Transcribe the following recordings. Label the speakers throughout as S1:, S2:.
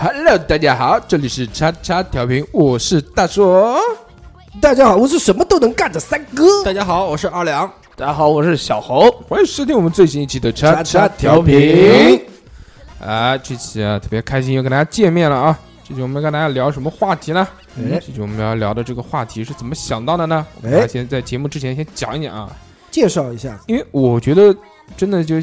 S1: Hello，大家好，这里是叉叉调频，我是大硕。
S2: 大家好，我是什么都能干的三哥。
S3: 大家好，我是二两。
S4: 大家好，我是小猴。
S1: 欢迎收听我们最新一期的叉叉调
S2: 哎
S1: 频。啊，这期啊特别开心又跟大家见面了啊！这期我们跟大家聊什么话题呢？
S2: 哎
S1: 这期我们要聊的这个话题是怎么想到的呢？我们
S2: 哎
S1: 还先在节目之前先讲一讲啊，
S2: 介绍一下，
S1: 因为我觉得真的就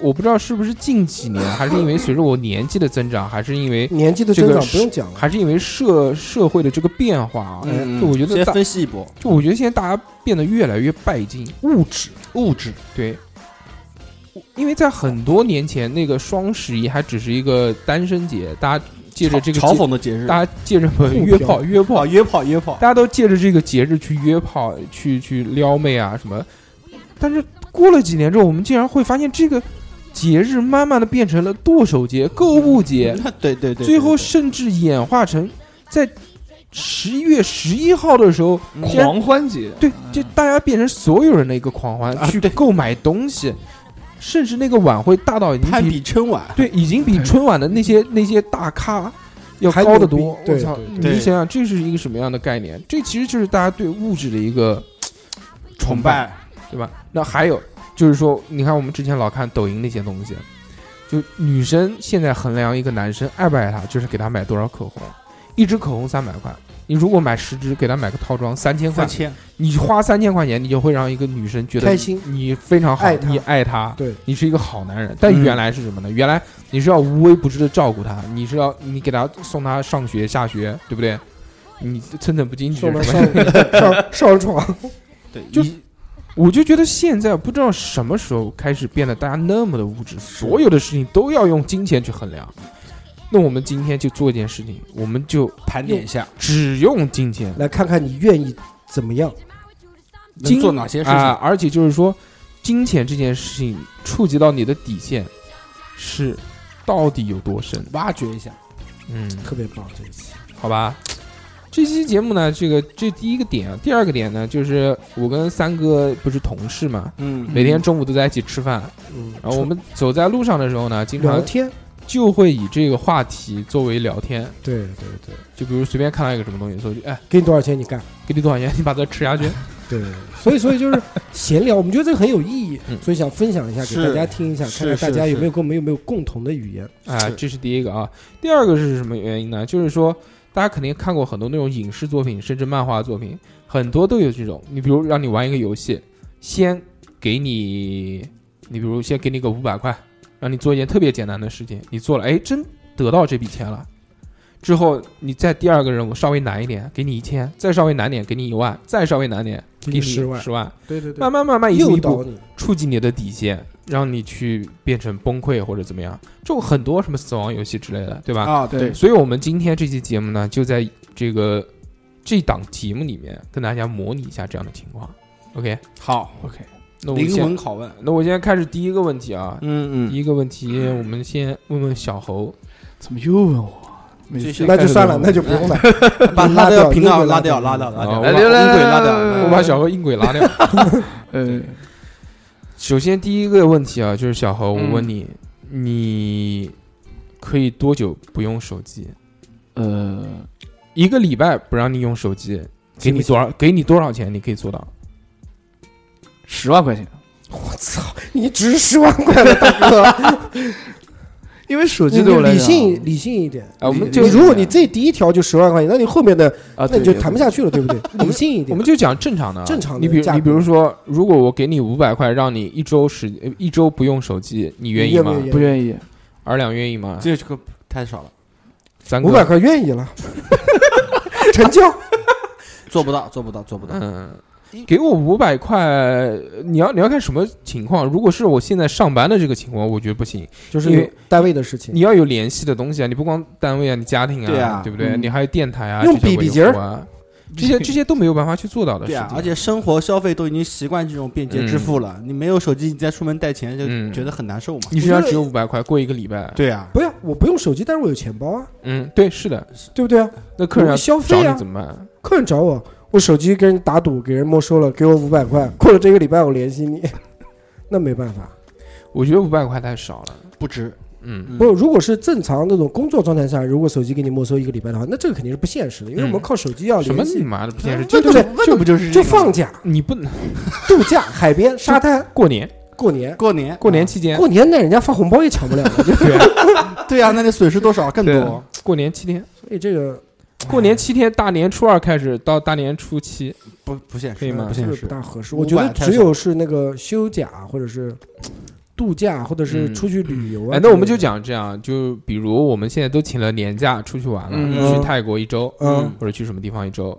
S1: 我不知道是不是近几年，还是因为随着我年纪的增长，还是因为
S2: 年纪的
S1: 这
S2: 增
S1: 个
S2: 长
S1: 是
S2: 不用讲了，
S1: 还是因为社社会的这个变化啊，
S3: 嗯
S1: 就我觉得
S3: 先
S1: 大，
S3: 分析一波，
S1: 就我觉得现在大家变得越来越拜金物质，
S3: 物质
S1: 对。因为在很多年前，那个双十一还只是一个单身节，大家借着这个
S3: 嘲
S1: 节
S3: 讽啊的节日，
S1: 大家借着约炮约炮
S3: 约炮约炮，
S1: 大家都借着这个节日去约炮、去去撩妹啊什么。但是过了几年之后，我们竟然会发现这个节日慢慢的变成了剁手节、购物节，
S3: 嗯对对对，
S1: 最后甚至演化成在十一月十一号的时候，
S3: 嗯
S1: 竟然
S4: 狂欢节，
S1: 对，就大家变成所有人的一个狂欢，
S3: 啊
S1: 去
S3: 对
S1: 购买东西，甚至那个晚会大到已经
S3: 攀
S1: 比
S3: 比春晚，
S1: 对，已经比春晚的那些那些大咖要
S2: 还
S1: 高得
S2: 牛逼
S1: 多。我
S2: 对
S1: 操！
S2: 对
S1: 你
S3: 对
S1: 想想，这是一个什么样的概念？这其实就是大家对物质的一个崇拜，对吧？那还有就是说，你看我们之前老看抖音那些东西，就女生现在衡量一个男生爱不爱她，就是给他买多少口红，一支口红三百块。你如果买十支，给她买个套装三千块
S3: 三，千，
S1: 你花三千块钱，你就会让一个女生觉得
S2: 开
S1: 你
S2: 心
S1: 你非常好
S2: 爱，她
S1: 你爱她，
S2: 对，
S1: 你是一个好男人。但
S3: 嗯
S1: 原来是什么呢？原来你是要无微不至的照顾她，你是要你给她送她上学下学，对不对？你蹭蹭不进去
S2: 送
S1: 什
S2: 到
S1: 么
S2: 上
S1: 的。
S2: 上上床，
S3: 对，
S1: 就
S3: 一
S1: 我就觉得现在不知道什么时候开始变得大家那么的物质，所有的事情都要用金钱去衡量。那我们今天就做一件事情，我们就
S3: 盘点一下
S1: 只用金钱
S2: 来看看你愿意怎么样。
S3: 能做哪些事
S1: 啊
S3: 情，？
S1: 而且就是说，金钱这件事情触及到你的底线是到底有多深？
S3: 挖掘一下，
S1: 嗯，
S2: 特别棒，这一次
S1: 好吧。这期节目呢，这个这第一个点啊，第二个点呢，就是我跟三哥不是同事嘛，
S3: 嗯
S1: 每天中午都在一起吃饭，
S2: 嗯，
S1: 然后我们走在路上的时候呢，经
S2: 聊
S1: 常
S2: 天，
S1: 就会以这个话题作为聊天，
S2: 对对对，
S1: 就比如随便看到一个什么东西，说哎，
S2: 给你多少钱你干。
S1: 给你多少钱，你把它吃下去。
S2: 对，所以所以就是闲聊，我们觉得这个很有意义
S1: 嗯，
S2: 所以想分享一下给
S3: 是
S2: 大家听一下，看
S3: 是
S2: 看
S3: 是
S2: 大家有
S3: 是
S2: 没有跟我们有没有共同的语言。
S1: 啊
S3: 是，
S1: 这是第一个啊。第二个是什么原因呢？就是说，大家肯定看过很多那种影视作品，甚至漫画作品，很多都有这种。你比如让你玩一个游戏，先给你，你比如先给你个五百块，让你做一件特别简单的事情，你做了，哎，真得到这笔钱了。之后，你再第二个任务稍微难一点，给你一千；再稍微难点，给你一万；再稍微难点，给
S2: 给
S1: 你
S2: 你10万
S1: 十万。
S2: 对对对
S1: 慢，慢慢慢一步
S2: 诱
S1: 一步
S2: 导你，
S1: 触及你的底线，让你去变成崩溃或者怎么样，这种很多什么死亡游戏之类的，对吧？
S3: 啊，对，
S1: 所以我们今天这期节目呢，就在这个这档节目里面跟大家模拟一下这样的情况。OK，
S3: 好，
S1: OK，那我
S3: 灵
S1: 先，
S3: 魂拷问，
S1: 那我先开始第一个问题啊，
S3: 嗯
S1: 第一个问题我们先问问小猴，
S4: 怎么又问我？每
S3: 最
S4: 次
S3: 新
S2: 那就算了，那就不用了。
S3: 嗯，把
S2: 拉
S3: 拉
S2: 掉
S3: 掉频道，
S2: 音轨
S3: 拉
S2: 拉
S3: 掉，
S2: 掉
S3: 拉掉，拉掉，
S1: 啊
S3: 把
S1: 来
S3: 音轨
S4: 来来
S3: 拉
S4: 来来
S3: 掉，啊
S1: 我把小猴音轨拉 掉。嗯
S4: 呃，
S1: 首先第一个问题啊，就是小猴，我
S4: 嗯
S1: 问你，你可以多久不用手机？
S4: 呃，
S1: 一个礼拜不让你用手机，给你多少？给你多少钱？你可以做到？
S4: 十万块钱，
S2: 我操，你值十万块了，大哥！
S4: 因为手
S2: 你
S4: 机对我来
S2: 理
S4: 讲
S2: 性理性一点。
S1: 啊，我们
S4: 你
S1: 就
S2: 你如果你这第一条就十万块钱，那你后面的那
S4: 啊，对
S2: 你就谈不下去了，对不对？
S1: 们
S2: 理性一
S1: 我
S2: 点
S1: 们，就讲正常的啊，
S2: 正常的
S1: 你比如
S2: 价格
S1: 你比如说，如果我给你五百块，让你一周时呃一周不用手机，你愿意
S2: 愿不
S1: 吗？
S2: 愿意
S4: 不愿意。
S1: 二两愿意吗？
S3: 这个太少了，
S1: 三哥
S2: 五百块愿意了，成交。
S3: 做不到，做不到，做 不到。
S1: 嗯，给我五百块，你要你要看什么情况。如果是我现在上班的这个情况，我觉得不行。
S2: 就是
S1: 因
S2: 有
S1: 为
S2: 单位的事情，
S1: 你要有联系的东西啊，你不光单位啊，你家庭啊，
S3: 对啊
S1: 不对？
S4: 嗯
S1: 你还有电台啊，
S2: 用
S1: 这些
S2: 笔
S1: 维
S2: 笔尖儿
S1: 护啊，这 些这些都没有办法去做到的事
S3: 对
S1: 情
S3: 啊，。而且生活消费都已经习惯这种便捷支付了，你没有手机，你再出门带钱就
S1: 嗯
S3: 觉得很难受嘛。
S1: 你身上只有五百块，过一个礼拜，
S3: 对啊，
S2: 不要我不用手机，但是我有钱包啊，
S1: 嗯，对，是的，
S2: 对不对啊？
S1: 那客人要
S2: 我消
S1: 找
S2: 费啊
S1: 你怎么办？
S2: 客人找我，我手机跟人打赌，给人没收了，给我五百块，过了这个礼拜我联系你， 那没办法。
S1: 我觉得五百块太少了，
S3: 不值。
S1: 嗯，
S3: 嗯
S2: 不，如果是正常那种工作状态下，如果手机给你没收一个礼拜的话，那这个肯定是不现实的，因为我们
S1: 嗯
S2: 靠手机要
S1: 什么
S2: 联
S1: 你
S2: 系，嗯
S1: 妈的不现实？
S2: 对
S1: 就
S2: 不对？
S3: 问的不就是这
S2: 就
S3: 个
S2: 放
S3: 吗
S2: 假、
S1: 你不能
S2: 度假、海边、沙滩、
S1: 过年，
S2: 过年。
S3: 过年，
S1: 过年期间，
S2: 啊过年那人家发红包也抢不了 了，就
S1: 对啊，
S3: 对啊，那得损失多少更
S4: 对
S3: 多
S4: 啊？
S1: 过年七天，
S2: 所以这个
S1: 哎过年七天，大年初二开始到大年初七，
S3: 不不现实，
S1: 可以吗
S3: 不
S2: 这
S3: 现
S2: 个
S3: 实
S2: 哎不。大合适。
S3: 五百
S2: 我觉得
S3: 太
S2: 只
S3: 少
S2: 有是那个休假或者是度假或者是
S1: 嗯
S2: 出去旅游啊之类的。
S1: 哎，那我们就讲这样，就比如我们现在都请了年假出去玩了，
S4: 嗯
S1: 去泰国一周，
S2: 嗯
S1: 或者去什么地方一周，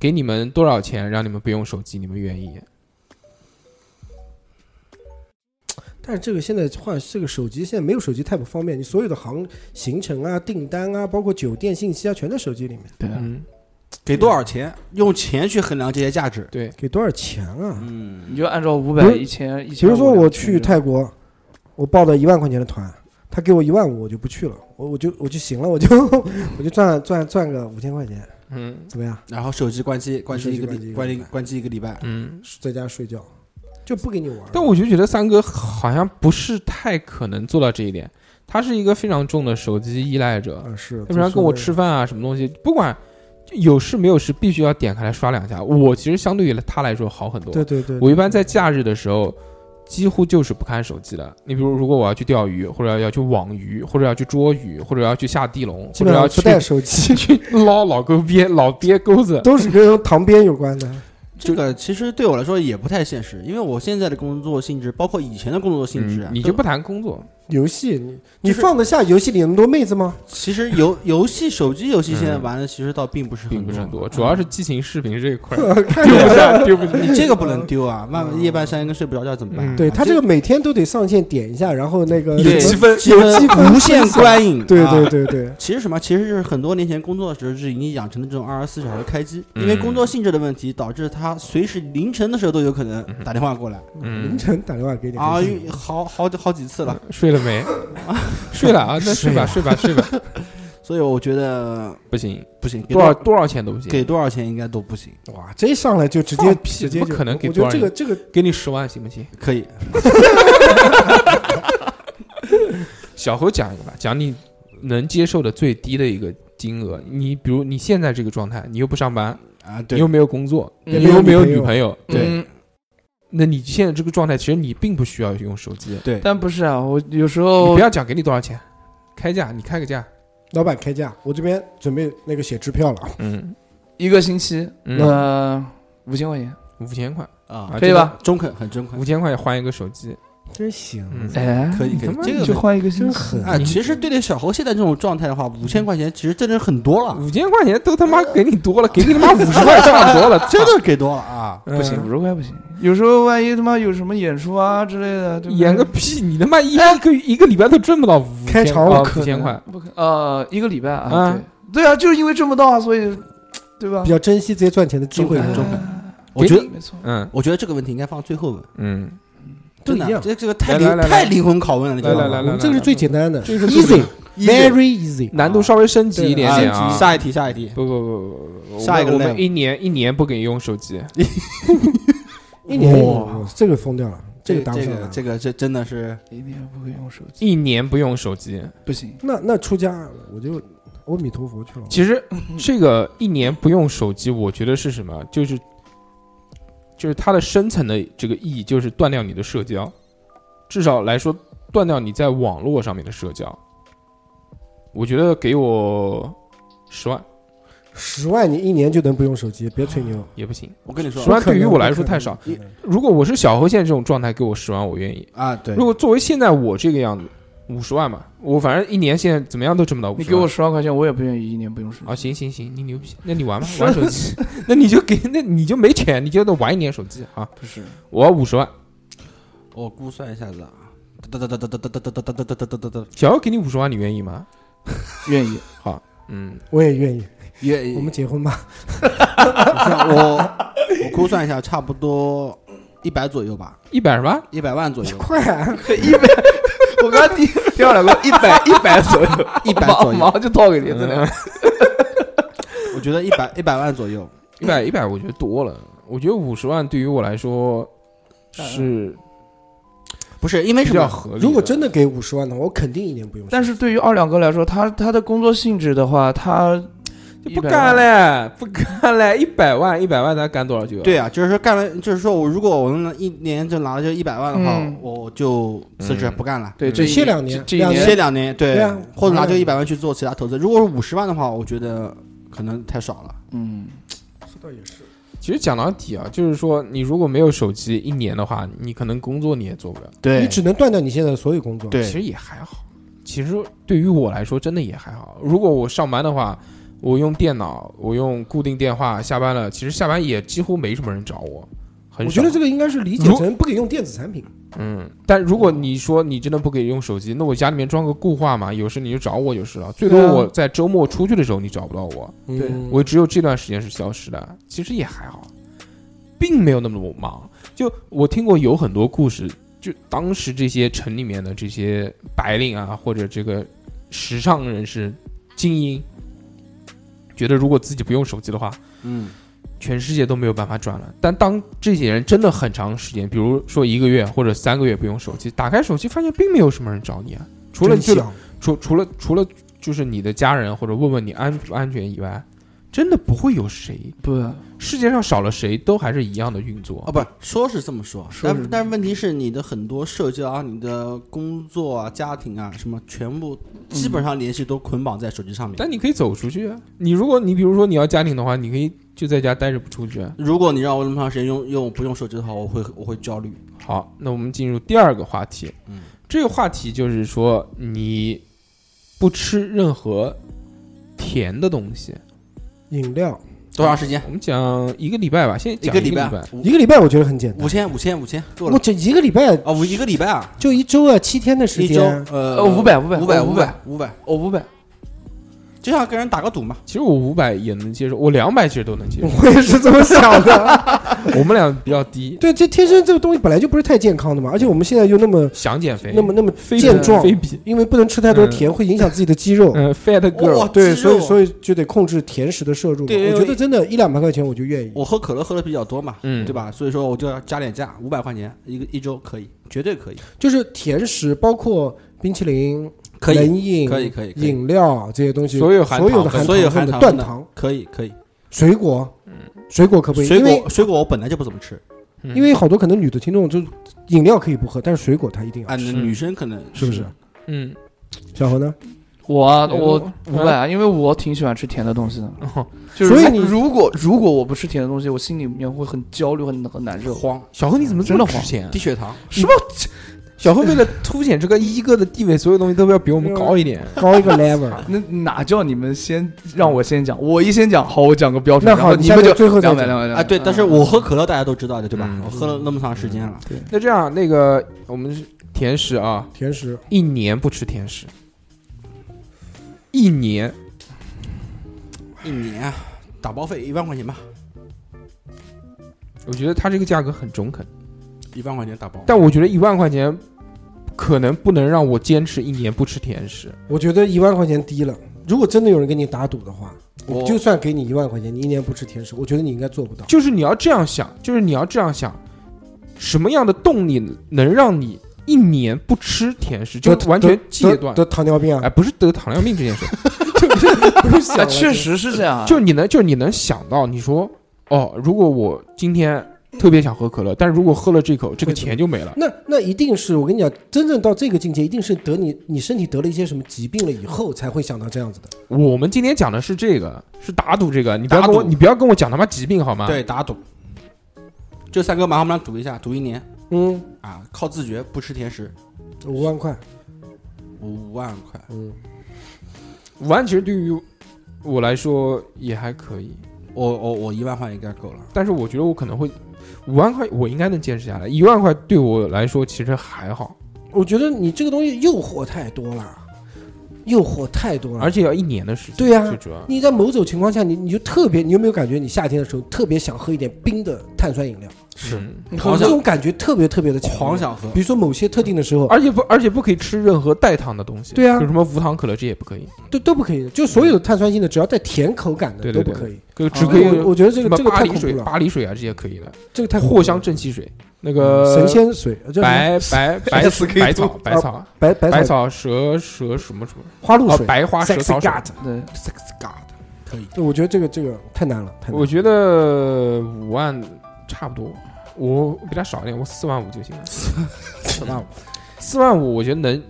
S1: 给你们多少钱让你们不用手机，你们愿意？
S2: 但是这个现在换这个手机，现在没有手机太不方便，你所有的航行程啊、订单啊，包括酒店信息啊，全在手机里面。
S4: 对啊，
S1: 嗯，
S3: 给多少钱？用钱去衡量这些价值。
S1: 对，
S2: 给多少钱啊？
S3: 嗯
S4: 你，就按照五
S2: 不
S4: 百、
S2: 是
S4: 一千、一
S2: 比
S4: 千。
S2: 如说我去泰国，我报的一万块钱的团，他给我一万五，我就不去了，我我就我就行了，我就 我就赚赚赚个五千块钱，
S1: 嗯
S2: 怎么样？
S3: 然后手机关机，关机一个
S2: 手机
S3: 礼，
S2: 关
S3: 关
S2: 机一个礼
S3: 机
S2: 拜
S3: 关机一个礼拜。
S1: 嗯。
S2: 在家睡觉，就不给你玩了。
S1: 但我就觉得三哥好像不是太可能做到这一点，他是一个非常重的手机依赖者，
S2: 啊是，
S1: 要不然跟我吃饭啊什么东西，不管有事没有事，必须要点开来刷两下。我其实相对于他来说好很多，
S2: 对对对，
S1: 我一般在假日的时候，几乎就是不看手机的。你比如，如果我要去钓鱼，或者要去网鱼，或者要去捉鱼，或者要去下地笼，
S2: 基
S1: 或者
S2: 本
S1: 要
S2: 上
S1: 去
S2: 不带手机，
S1: 去捞老沟鳖、老鳖钩子，
S2: 都是跟塘边有关的。
S3: 这个其实对我来说也不太现实，因为我现在的工作性质，包括以前的工作性质啊，
S1: 嗯你
S3: 都
S1: 就不谈工作，
S2: 游戏，你你
S3: 就是
S2: 放得下游戏里那么多妹子 吗？
S3: 其实游游戏、手机游戏现在
S1: 嗯
S3: 玩的其实倒并不是
S1: 并不是很
S3: 多
S1: 多，，主要
S2: 嗯
S1: 是激情视频这一块
S2: 看
S1: 丢不下，丢不下。
S3: 你这个不能丢啊！万一夜半三更睡不着觉怎么办？啊
S1: 嗯
S2: 对他这个每天都得上线点一下，然后那个
S3: 对
S2: 什么
S3: 积
S5: 分
S3: 积分
S2: 有积分
S3: 无限观影，
S2: 对
S3: 啊
S2: 对。对对，
S3: 其实什么？其实就是很多年前工作的时候是已经养成了这种二十四小时开机，
S1: 嗯
S3: 因为工作性质的问题，导致他随时凌晨的时候都有可能打电话过来
S1: 嗯
S2: 凌，晨打电话给你
S3: 啊，因为好好好几次了。
S1: 睡了 没？睡了啊，那睡吧，睡吧，睡吧。
S3: 所以我觉得
S1: 不行，
S3: 不行，给
S1: 多少多少钱都不行。
S3: 给多少钱应该都不行，
S2: 哇，这一上来就直接
S1: 放屁
S2: 直接
S1: 不
S2: 就
S1: 可能给
S2: 我觉得
S1: 多少
S2: 这个这个
S1: 给你十万行不行？
S3: 可以。
S1: 小何讲一个吧，讲你能接受的最低的一个金额。你比如你现在这个状态，你又不上班，
S3: 啊，
S1: 你
S3: 对
S1: 又，没有工作，
S4: 也
S1: 你
S2: 没有
S1: 嗯又没有
S2: 女
S1: 女
S2: 朋
S1: 朋友，
S3: 对
S1: 嗯，那你现在这个状态，其实你并不需要用手机。
S3: 对，
S4: 但不是啊，我有时
S1: 你
S4: 候
S1: 不要讲给你多少钱，开价，你开个价，
S2: 老板开价，我这边准备那个写支票了，
S1: 嗯，
S4: 一个星期，
S1: 嗯，
S4: 呃，五千块钱，
S1: 五千块，
S3: 啊
S1: 啊，
S4: 可以吧？
S3: 中肯，很中肯
S1: 五，千块换一个手机，
S2: 真行
S1: 嗯
S4: 哎，
S3: 可以可
S1: 你他
S3: 以
S1: 妈，
S3: 这
S4: 就
S3: 个
S4: 换一个星
S2: 真
S4: 期，
S2: 狠。
S3: 啊，其实对对小侯现在这种状态的话，五千块钱其实真的是很多了，
S1: 五千块钱都他妈给你 多了，给你他妈五十块差不多了，
S3: 真的给多了啊！
S1: 嗯
S4: 不行，五十块不行。有时候万一他妈有什么演出啊之类的，对不对
S1: 演个屁！你他妈一一个一个礼拜都挣不到五
S2: 开
S1: 千
S2: 场
S1: 啊
S2: 我
S1: 五千块，
S4: 不可呃一个礼拜啊，
S1: 啊
S4: 对对啊，就是因为挣不到啊，所以对吧
S2: 比？较珍惜这些赚钱的机会
S3: 中，肯中我
S1: 给
S3: 觉
S1: 你
S3: 得，
S4: 没错，
S1: 嗯
S3: 我觉得这个问题应该放最后问，
S1: 嗯，
S2: 都
S3: 真
S2: 一
S3: 的，
S2: 样。
S3: 这这个太
S1: 来来
S3: 灵
S1: 来来
S3: 太灵魂拷问了，你知
S1: 来
S3: 道吗
S1: 来来
S2: 我
S1: 来，
S2: 们啊这个是最简单的
S1: 这个是最简
S2: ，easy，very easy。
S1: 难度稍微升级一点点啊，
S3: 下一题，下一题，
S1: 不不不不不，
S3: 下一个
S1: 我们我
S3: level
S1: 们一年一年不给用手机，
S2: 一年一年
S3: 哇
S2: 哇这个疯掉了，这个
S3: 个
S2: 搭不
S3: 这
S2: 上
S3: 个
S2: 了。
S3: 这个这真的是
S4: 一定不会用手机，
S1: 一年不用手机。
S4: 不行，
S2: 那那出家我就阿弥陀佛去了。
S1: 其实这个一年不用手机，我觉得是什么？就是就是它的深层的这个意义，就是断掉你的社交，至少来说断掉你在网络上面的社交。我觉得给我十万
S2: 十万你一年就能不用手机，别吹牛。
S1: 也不行。
S3: 我跟你说
S1: 十万对于
S2: 不可能
S1: 我来说太少。
S2: 不可能
S1: 如果我是小侯现在这种状态，给我十万我愿意。
S3: 啊，对
S1: 如，果作为现在我这个样子，五十万嘛，我反正一年现在怎么样都挣不到五十
S4: 你
S1: 万。
S4: 给我十万块钱，我也不愿意一年不用手机。
S1: 啊，行行行，你牛逼，那你玩吧，玩手机， 那你就给，那你就没钱，你就得玩一年手机啊。
S4: 不是，
S1: 我要五十万，
S3: 我估算一下子啊，哒哒哒哒哒哒哒哒哒哒哒哒哒哒哒，
S1: 小姚给你五十万，你愿意吗？
S4: 愿意。
S1: 好，嗯，
S2: 我也愿意，
S3: 也
S2: 我们结婚吧。
S3: 我我估算一下，差不多一百左右吧，
S1: 一百什么？
S3: 一百万左
S1: 嗯
S3: 右，
S2: 快啊，
S5: 一百，我刚刚听听到两个一百一百左右，
S3: 一百
S4: 马
S3: 左
S4: 马
S3: 右，
S4: 上就掏给你，真的。
S3: 我觉得一百一百万左右，
S1: 一百一百，我觉得多了。我觉得五十万对于我来说呃是
S3: 不是因为
S1: 比
S3: 什
S1: 较
S3: 么？
S1: 合理的。
S2: 如果真的给五十万的话，我肯定一年不用手机。
S4: 但是对于二两哥来说，他他的工作性质的话，他
S1: 就不干嘞，不干嘞，一百万，一百万，咱干多少就？
S3: 对啊，就是说干了，就是说我如果我能一年就拿了这一百万的话
S4: 嗯，
S3: 我就辞职
S1: 嗯
S3: 不干了。
S4: 对
S1: 嗯
S4: 这一
S2: 歇两年
S4: 这这一
S2: 两
S4: 年
S3: 歇两年，
S2: 对
S3: 对
S2: 啊，
S3: 或者拿这
S2: 嗯
S3: 一百万去做其他投资。如果是五十万的话，我觉得可能太少了。
S4: 嗯，
S2: 倒也是，
S1: 其实讲到底啊，就是说你如果没有手机一年的话，你可能工作你也做不了。
S3: 对
S2: 你只能断掉你现在的所有工作。，
S1: 其
S3: 对，
S1: 实也还好。其实对于我来说，真的也还好。如果我上班的话，我用电脑，我用固定电话，下班了，其实下班也几乎没什么人找我，很
S2: 我
S1: 少。
S2: 觉得这个应该是理解
S1: 如
S2: 成不给用电子产品。
S1: 嗯，但如果你说你真的不给用手机，那我家里面装个固话嘛，有事你就找我就是了。最多
S4: 对啊
S1: 我在周末出去的时候你找不到我，
S4: 对
S2: 嗯
S1: 我只有这段时间是消失的。其实也还好，并没有那么忙。就我听过有很多故事，就当时这些城里面的这些白领啊，或者这个时尚人士、精英，觉得如果自己不用手机的话，
S3: 嗯，
S1: 全世界都没有办法转了。但当这些人真的很长时间，比如说一个月或者三个月不用手机，打开手机发现并没有什么人找你啊，除了就
S2: 真香
S1: 除除了除了就是你的家人或者问问你安不安全以外，真的不会有谁，
S4: 不，
S1: 世界上少了谁都还是一样的运
S3: 啊，
S1: 作。
S3: 不说是这么说，
S4: 说是
S3: 但但问题是你的很多社交啊、你的工作啊、家庭啊什么，全部基本上联系都捆绑在手机上面。
S1: 但你可以走出去啊！你如果你比如说你要家庭的话，你可以就在家待着不出去啊。
S3: 如果你让我那么长时间用用不用手机的话，我会我会焦虑。
S1: 好，那我们进入第二个话题。
S3: 嗯，
S1: 这个话题就是说，你不吃任何甜的东西。
S2: 饮料，
S3: 多长时间？
S1: 我们讲一个礼拜吧，先
S3: 一
S1: 讲
S3: 个
S1: 礼
S3: 礼拜，五
S2: 一个礼拜我觉得很简单
S3: 五。千五千五千，够
S2: 我
S3: 了
S2: 这一个礼拜
S3: 啊！我一个礼拜啊，
S2: 就一周啊，七天的时
S3: 一周
S2: 间，
S3: 呃
S4: 呃五百五百
S3: 五百
S4: 五
S3: 五
S4: 百
S3: 百五百，
S4: 我哦五百，
S3: 就像跟人打个赌嘛。
S1: 其实我五百也能接受，我两百其实都能 接受。
S2: 我也是这么想的。
S1: 我们俩比较低，
S2: 对，这天生这个东西本来就不是太健康的嘛，而且我们现在又那么
S1: 想减肥，
S2: 那么那么
S1: 非
S2: 健壮
S1: 非比，
S2: 因为不能吃太多
S3: 嗯
S2: 甜，会影响自己的肌肉。
S1: 嗯，fat girl，
S3: 哇
S2: 对，
S3: 肌
S2: 所
S3: 肉
S2: 以所以就得控制甜食的摄入嘛。
S3: 对
S2: 我觉得真的，一两百块钱我就愿意。
S3: 我喝可乐喝的比较多嘛，
S1: 嗯
S3: 对吧？所以说我就要加点价，五百块钱一个一周可以，绝对可以，
S2: 就是甜食，包括冰淇淋、
S3: 可以，
S2: 冷饮、
S3: 可以，可以，可以，
S2: 饮料这些东西，
S1: 所有含
S2: 所有的
S1: 糖
S2: 含
S3: 所有
S2: 分
S3: 含
S2: 的
S3: 糖
S2: 断
S3: 分的
S2: 糖、
S3: 可以，可以。
S2: 水果，水果可不可以？
S3: 水
S2: 因为
S3: 果水果我本来就不怎么吃，
S1: 嗯
S2: 因为好多可能女的听众就饮料可以不喝，但是水果她一定要
S3: 啊，那
S2: 吃，
S3: 女生可能
S2: 是不是？
S1: 嗯，
S2: 小何呢？
S4: 我啊
S2: 哎
S4: 我
S1: 嗯
S4: 五百啊，因为我挺喜欢吃甜的东西的。
S1: 哦
S4: 就是
S2: 所以
S4: 如
S2: 你
S4: 如果如果我不吃甜的东西，我心里面会很焦虑，很很难受。
S2: 哦
S3: 慌，
S1: 小何你怎么这
S4: 真的
S1: 么
S4: 好
S1: 值钱啊
S3: 低？血糖，
S4: 什么？
S1: 小何为了凸显这个一哥的地位，所有东西都要比我们高一点。
S2: 高一个 level，
S4: 那哪叫你们先让我先讲？我一先讲，好，我讲个标准，
S2: 那
S4: 然后
S2: 好，
S4: 你
S2: 下
S4: 们
S2: 面
S4: 就
S2: 最后再
S4: 两百
S2: 讲
S4: 两百两嗯
S3: 啊，
S4: 百。
S3: 对，但是我喝可乐大家都知道的，对吧
S1: 嗯？
S3: 我喝了那么长时间了，
S1: 那这样，那个我们是甜食啊，
S2: 甜食，
S1: 一年不吃甜食，一年
S3: 一年啊打包费一万块钱吧，
S1: 我觉得它这个价格很中肯，
S3: 一万块钱打包，
S1: 但我觉得一万块钱可能不能让我坚持一年不吃甜食。
S2: 我觉得一万块钱低了。如果真的有人跟你打赌的话，我就算给你一万块钱，你一年不吃甜食，我觉得你应该做不到。
S1: 就是你要这样想，就是你要这样想，什么样的动力能让你一年不吃甜食，就
S2: 得
S1: 完全戒断？
S2: 得得糖尿病啊
S1: 哎，！不是得糖尿病这件 事，
S4: 哎确实是这样啊。
S1: 就是你能，就是你能想到，你说哦，如果我今天特别想喝可乐，但是如果喝了这口，这个钱就没了。
S2: 那那一定是我跟你讲，真正到这个境界，一定是得你你身体得了一些什么疾病了以后，才会想到这样子的。
S1: 我们今天讲的是这个，是打赌这个，你不要
S3: 打
S1: 跟
S3: 赌
S1: 我，你不要跟我讲他妈疾病好
S2: 啊
S1: 吗？，
S3: 对，打赌。这三哥，马上我们俩赌一下，赌一年
S2: 嗯，
S3: 啊，靠自觉，不吃甜食，
S2: 五万块，
S3: 五万块，
S1: 嗯，五万其实对于我来说也还可以，
S3: 我我我一万块应该够了。
S1: 但是我觉得我可能会五万块我应该能坚持下来，一万块对我来说其实还好，
S2: 我觉得你这个东西诱惑太多了，诱惑太多了，
S1: 而且要一年的时间。
S2: 对呀嗯
S1: 最主要
S2: 你在某种情况下，你你就特别，你有没有感觉你夏天的时候特别想喝一点冰的碳酸饮料？
S1: 是，嗯
S4: 你
S3: 狂
S2: 我这
S3: 想
S2: 种感觉特别特别的强烈
S3: 狂。想喝，
S2: 比如说某些特定的时候，
S1: 而且不而且不可以吃任何代糖的东西，
S2: 对啊
S1: 有什么无糖可乐这也不可以，
S2: 都都不可以的，就所有的碳酸性的，只要带甜口感的
S1: 对
S2: 都
S1: 对
S2: 不
S1: 对
S2: 可以。
S1: 就只
S2: 这
S1: 可以
S2: 个我我觉得这
S1: 什
S2: 个
S1: 么
S2: 这个
S1: 巴
S2: 太
S1: 黎
S2: 恐
S1: 水、
S2: 怖了，
S1: 巴黎水啊这些可以的，
S2: 这个太恐怖
S1: 藿香
S2: 了
S1: 正气水那个
S2: 神仙水，呃叫什么
S1: 白白 白
S5: SK
S1: 百草百草
S2: 白啊白
S1: 百
S2: 草
S1: 草蛇蛇什么什么
S2: 花露
S1: 哦
S2: 水，
S1: 白花蛇草
S2: sexy
S1: 水
S2: gut。
S4: 对，
S2: 我觉得这个这个太难了，太难
S1: 我
S2: 了。
S1: 觉得五万差不多，我比他少一点，我四万五就行 了。
S3: 扯淡。
S1: 四万五，我觉得能，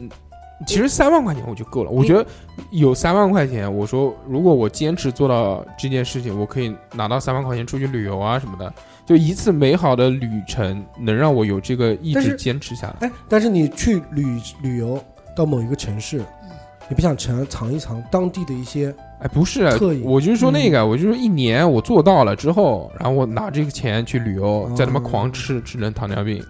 S1: 其实三万块钱我就够了。我觉得有三万块钱，我说如果我坚持做到这件事情，我可以拿到三万块钱出去旅游啊什么的，就一次美好的旅程能让我有这个意
S2: 但是
S1: 志坚持下来。
S2: 哎，但是你去旅旅游到某一个城市，你不想尝尝一尝当地的一些
S1: 哎，不是啊
S2: 刻意，嗯
S1: 我就是说那个，我就是一年我做到了之后，然后我拿这个钱去旅游，
S2: 哦
S1: 再他妈狂吃，吃成糖尿 病。